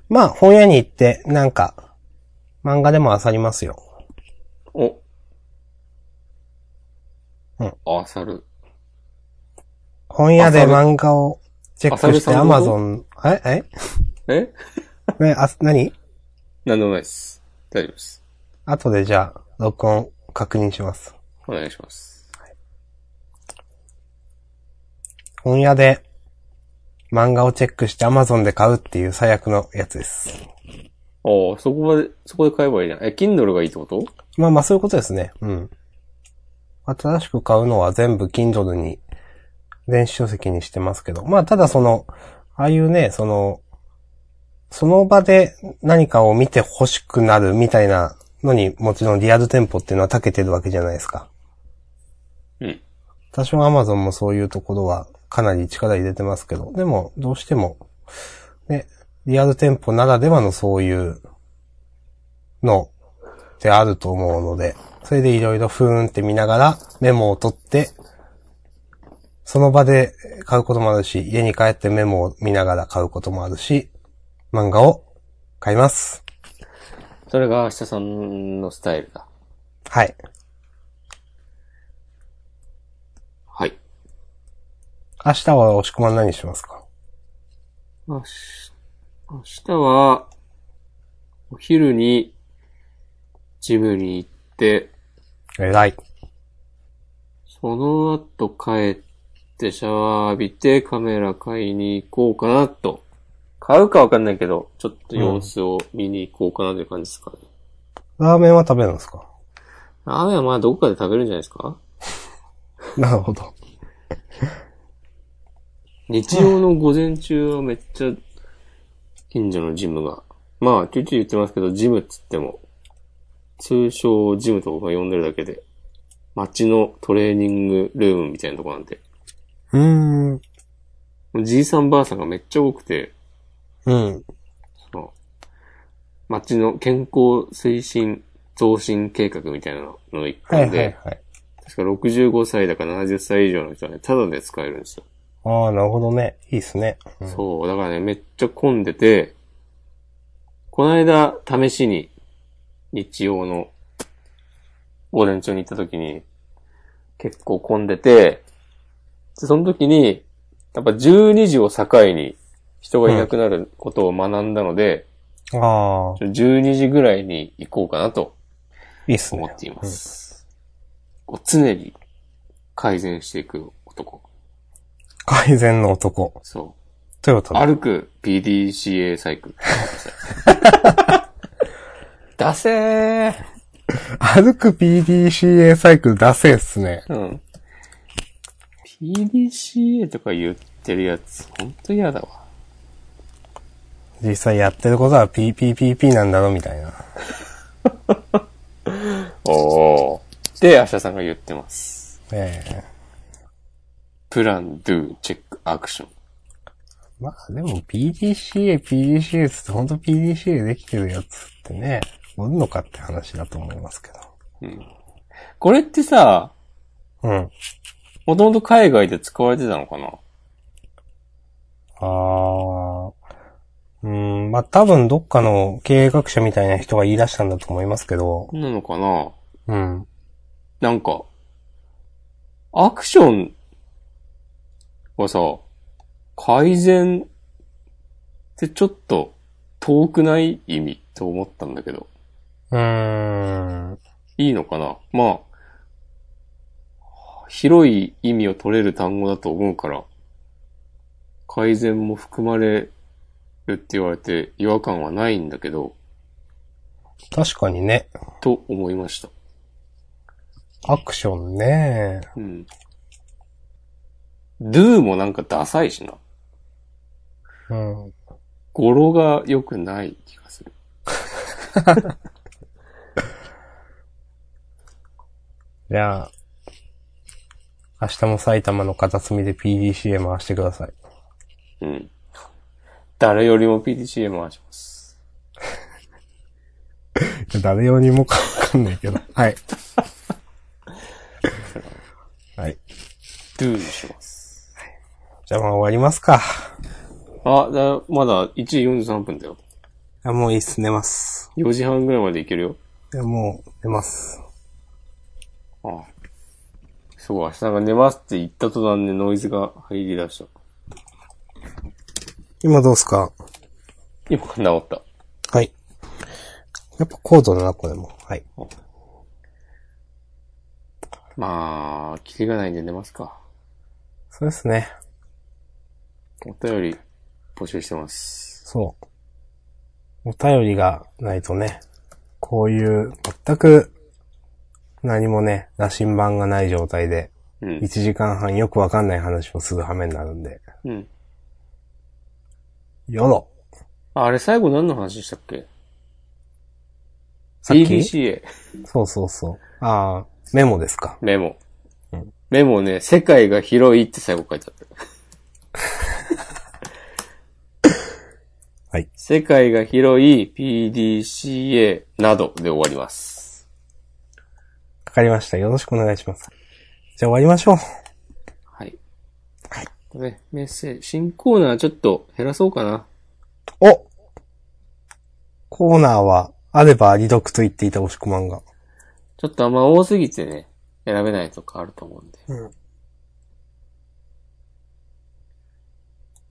まあ本屋に行って、なんか、漫画でも漁りますよ。お。うん。あさる。本屋で漫画をチェックして浅見さんど Amazon、えええね、あ、何なんでもないです。大丈夫です。後でじゃあ、録音確認します。お願いします。本屋で漫画をチェックして Amazon で買うっていう最悪のやつです。ああ、そこまで、そこで買えばいいじゃん。え、Kindle がいいってことまあまあそういうことですね。うん。新しく買うのは全部 Kindle に、電子書籍にしてますけど。まあただその、ああいうね、その、その場で何かを見て欲しくなるみたいなのに、もちろんリアル店舗っていうのは長けてるわけじゃないですか。うん。多少 Amazon もそういうところはかなり力入れてますけど、でもどうしても、ね、リアル店舗ならではのそういうのってあると思うので、それでいろいろふーんって見ながらメモを取って、その場で買うこともあるし、家に帰ってメモを見ながら買うこともあるし、漫画を買います。それが明日さんのスタイルだ。はい。はい。明日は押し込まん何しますか明日、明日は、お昼に、ジムに行って、偉い。その後帰ってシャワー浴びてカメラ買いに行こうかなと。買うかわかんないけど、ちょっと様子を見に行こうかなという感じですかね。ラーメンは食べるんですかラーメンはまあどこかで食べるんじゃないですかなるほど。日曜の午前中はめっちゃ、近所のジムが。まあ、ちょいちょい言ってますけど、ジムっつっても、通称ジムと僕が呼んでるだけで、街のトレーニングルームみたいなとこなんで、うーん。じいさんばあさんがめっちゃ多くて、うん。その、街の健康推進増進計画みたいなのの一はい環はいで、はい。確か65歳だか70歳以上の人はね、タダで使えるんですよ。ああ、なるほどね。いいっすね。うんそう、だからね、めっちゃ混んでて、この間、試しに、日曜の、午前中に行った時に、結構混んでて、でその時に、やっぱ12時を境に、人がいなくなることを学んだので、ああ、ちょ12時ぐらいに行こうかなといいっす思ねっ。ています。こう常に改善していく男。改善の男。そう。トヨタだ。歩く PDCA サ イクル。だせー。歩く PDCA サイクル出せっすね。うん。PDCA とか言ってるやつ、ほんと嫌だわ。実際やってることは PPPP なんだろ、みたいな。おー。で、アシャさんが言ってます。ええプラン、ドゥ、チェック、アクション。まあでも PDCA、PDCA つってほんと PDCA できてるやつってね、おるのかって話だと思いますけこれってさ、ど。うん。もともと海外で使われてたのかなあー。うん、まあ多分どっかの経営学者みたいな人が言い出したんだと思いますけど。なのかなうん。なんか、アクションはさ、改善ってちょっと遠くない意味と思ったんだけど、うーん。いいのかなまあ、広い意味を取れる単語だと思うから、改善も含まれるって言われて違和感はないんだけど、確かにね。と思いました。アクションね。うん。do もなんかダサいしな。うん。語呂が良くない気がする。じゃあ、明日も埼玉の片隅で PDCA 回してください。うん。誰よりも PDCA 回します。いや誰用にもかわかんないけど。 はい。はい。 do にします。じゃあまあ終わりますか。あ、だ、まだ1時43分だよ。いやもういいっす、寝ます。 4時半ぐらいまでいけるよ。いやもう寝ます。ああそう、明日が寝ますって言った途端でノイズが入り出した。今どうっすか今治った。はい。やっぱ高度だな、これも。はい。まあ、キリがないんで寝ますか。そうですね。お便り募集してます。そう。お便りがないとね、こういう全く何もね、羅針盤がない状態で、うん1。時間半よくわかんない話をする羽目になるんで、うん。よろああれ最後何の話したっけさっき ?PDCA そうそうそう。ああ、メモですか。メモうん。メモね、世界が広いって最後書いてあった。はい。世界が広い PDCA などで終わります。わかりました。よろしくお願いします。じゃあ終わりましょう。はい。はい。ね、メッセージ、新コーナーちょっと減らそうかな。おコーナーは、あればリドクと言っていた押し込まんが。ちょっとあんま多すぎてね、選べないとかあると思うんで。うん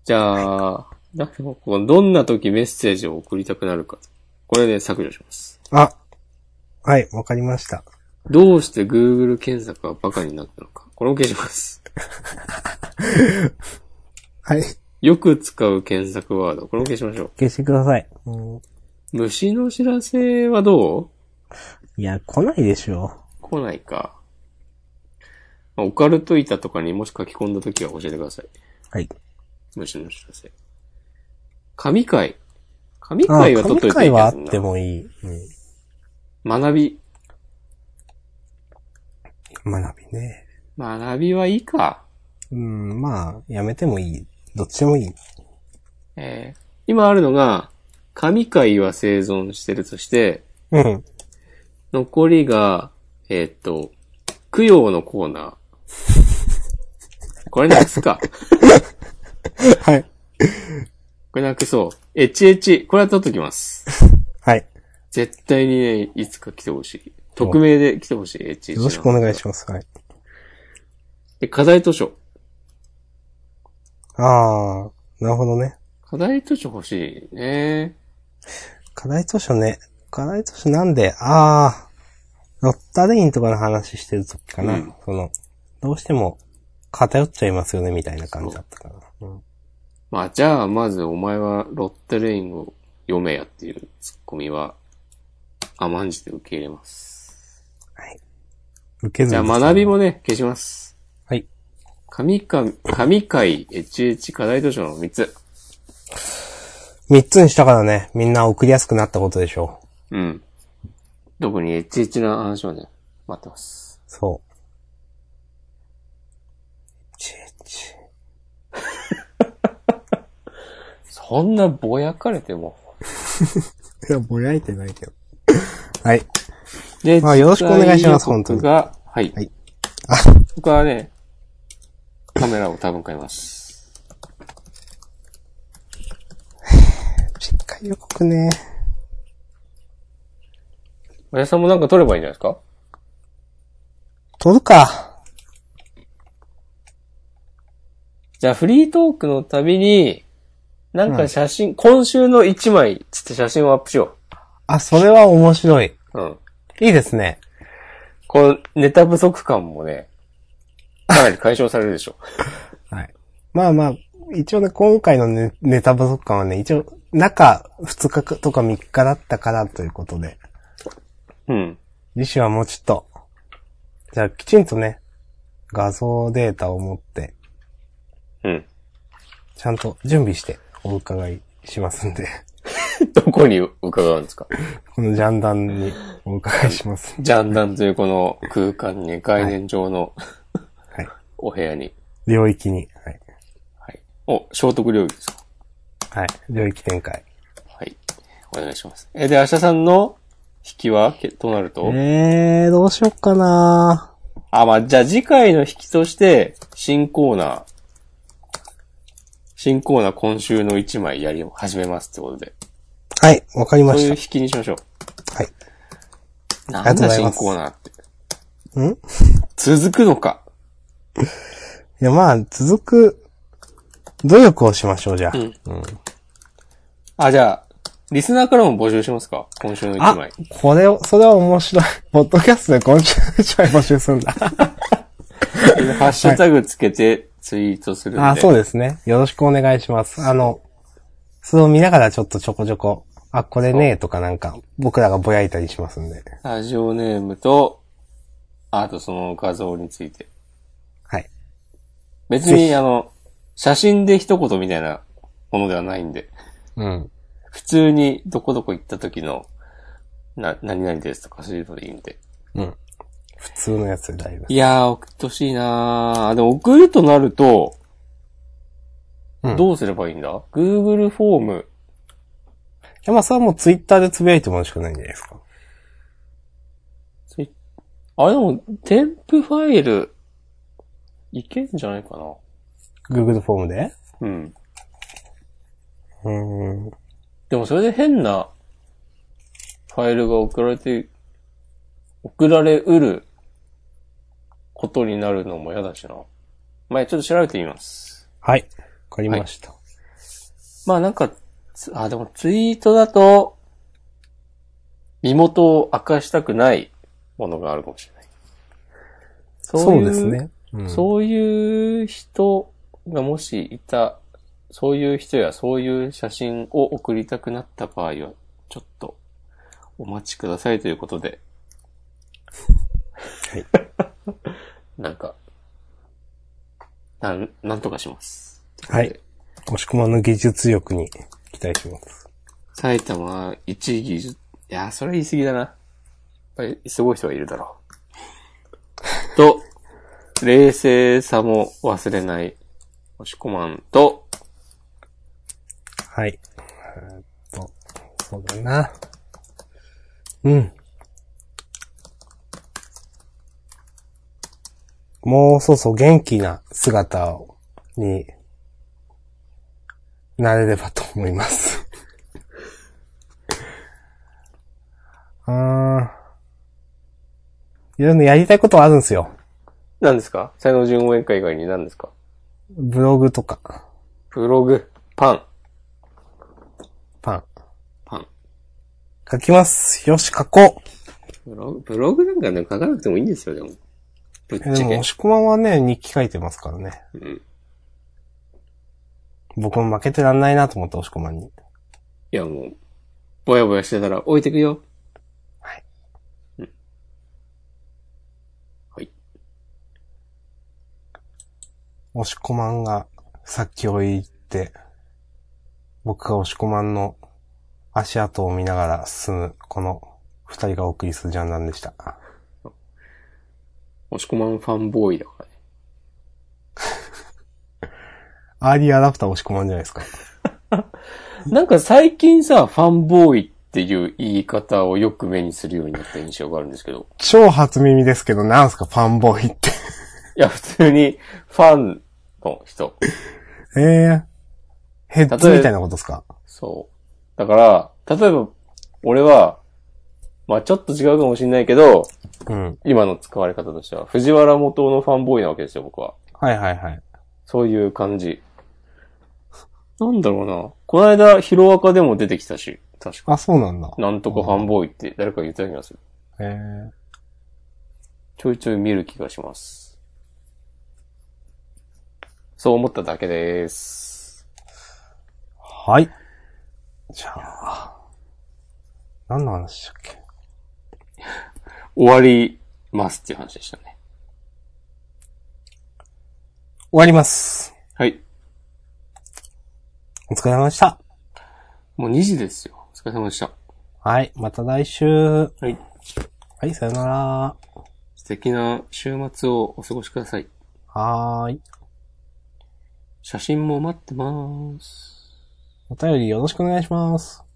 じゃあ、なんでもこうどんな時メッセージを送りたくなるか。これで削除します。あ、はい、わかりました。どうして Google 検索はバカになったのか。これも消します。はい、よく使う検索ワード。これも消しましょう。消してください。うん、虫の知らせはどいや、来ないでしょう来ないか。まあオカルト板とかにもし書き込んだ時は教えてください。はい。虫の知らせ。神回。神あ、回は取っと神いてい回いはあやっつてな。もいい。うん学び。学びね。学びはいいか。うん、まあ、やめてもいい。どっちでもいい。えー今あるのが、神回は生存してるとして、 うん。残りが、えーっと、供養のコーナー。これなく すか。はい。これなくそう。エチエチ。これは取っときます。はい。絶対にね、いつか来てほしい。匿名で来てほしい、エチエチ。よろしくお願いします。はい。ます。で、課題図書。あー、なるほどね。課題図書欲しいね。課題図書ね。課題図書なんで、あー、ロッタレインとかの話してる時かな。うんその、どうしても偏っちゃいますよね、みたいな感じだったかな。うんまあ、じゃあ、まずお前はロッテレインを読めやっていうツッコミは、甘んじて受け入れます。受けずじゃあ、に学びもね、消します。はい。神か、神会 HH 課題図書の3つ。三つにしたからね、みんな送りやすくなったことでしょう。うん。特に HH の話はね、待ってます。そう。ちち。そんなぼやかれても。いや、ぼやいてないけど。 はい。でまあよろしくお願いします次回僕が、はい。はい僕はね、カメラを多分買います。次回予告ね。おやさんもなんか撮ればいいんじゃないですか撮るか。じゃあ、フリートークのたびに、なんか写真、今週の1枚、つって写真をアップしよあ、それは面白い。う。うん。いいですね。このネタ不足感もね、かなり解消されるでしょ。はい。まあまあ、一応ね、今回のネネタ不足感はね、一応、中2日とか3日だったからということで、うん。次週はもうちょっと、じゃあきちんとね、画像データを持って、うん。ちゃんと準備してお伺いしますんで、どこに伺うんですかこのジャンダンにお伺いします。ジャンダンというこの空間に、概念上の はい。お部屋に。領域に。はい。はい。お、聖徳領域ですかはい。領域展開。はい。お願いします。え、で、明日さんの引きはけとなると、えー、どうしよっかなあ、まあ、じゃあ次回の引きとして、新コーナー、新コーナー今週の1枚やり、始めますってことで。はい、わかりまそういうし引きにしましょた。はい。う。りながんとうだござい新ますコーナーって。んい続くのか。や、まあ、続く、努力をしましょう、じゃあ。んあ、じゃあ、リスナーからも募集しますか今週の1あ枚。、これを、それは面白い。 ポッドキャストで今週一枚募集するんだ。ハッシュタグつけてツイートするんで。あ、そうですね。よろしくお願いします。あの、それを見ながらちょっとちょこちょこ、あ、これねとかなんか、僕らがぼやいたりしますんで。ラジオネームと、あとその画像について。はい。別ぜに、あの、写真で一言みたいなものではないんで、うん。普通にどこどこ行った時の、な、何々ですとかそういうのでいいんで。うん。普通のやつで大丈夫でいやー、送ってほしいなー。でも送るとなると、す。うん。いどうすればいいんだ、?Google フォーム。や、まあ、それはもうツイッターでつぶやいてもよろしくないんじゃないですか。ツイあ、でも、添付ファイル、いけんじゃないかな。 Google フォームでうん。うーん。でもそれで変なファイルが送られて、送られうることになるのも嫌だしな。まあ、ちょっと調べてみます。はい。わかりました。まあなんか、つあ、でもツイートだと、身元を明かしたくないものがあるかもしれない。そそういですね。うんそういう人がもしいた、そういう人やそういう写真を送りたくなった場合は、ちょっとお待ちくださいということで。はい。 なんか、なん、なんとかします。はい。もしくまの技術力に期待します。埼玉一技術、いやー、それは言い過ぎだな。やっぱりすごい人はいるだろう。 と、冷静さも忘れない、押し込まんと、はい。えーっと、そうだな。うん。もうそうそう元気な姿をになれればと思います。 あーいろいろやりたいことはあるんですよ。何ですか才能順応演会以外に何ですかブログとか、ブログ、パン、パン。パン。書きます。よし、書こう。ブログ、ブログなんかね、書かなくてもいいんですよ、でも。ぶっえでちゃも、け押。し込まんはね、日記書いてますからね。うん。僕も負けてらんないなと思った、押し込まんに。いや、もう、ぼやぼやしてたら置いてくよ。はい。うん。はい。押し込まんが、先を言って、僕が押し込まんの足跡を見ながら進む、この二人がお送りするジャンダンでした。押し込まんファンボーイだからね。アーリーアダプター押し込まんじゃないですか。なんか最近さ、ファンボーイっていう言い方をよく目にするようになった印象があるんですけど。超初耳ですけど、なんすか、ファンボーイって。 いや、普通に、ファンの人。ええヘッズみたいなことですかそう。だから、例えば、俺は、まあちょっと違うかもしれないけど、うん。今の使われ方としては、藤原元のファンボーイなわけですよ、僕は。はいはいはい。そういう感じ。なんだろうな。この間、ヒロアカでも出てきたし、確か。あ、そうなんだ。なんとかファンボーイって誰か言ってた気がする。ええちょいちょい見る気がします。そう思っただけです。はい。じゃあ、何の話したっけ終わりますっていう話でしたね。終わります。はい。お疲れ様でした。もう2時ですよ。お疲れ様でした。はい、また来週。ははい。い、さよなら。素敵な週末をお過ごしください。はーい。写真も待ってます。お便りよろしくお願いします。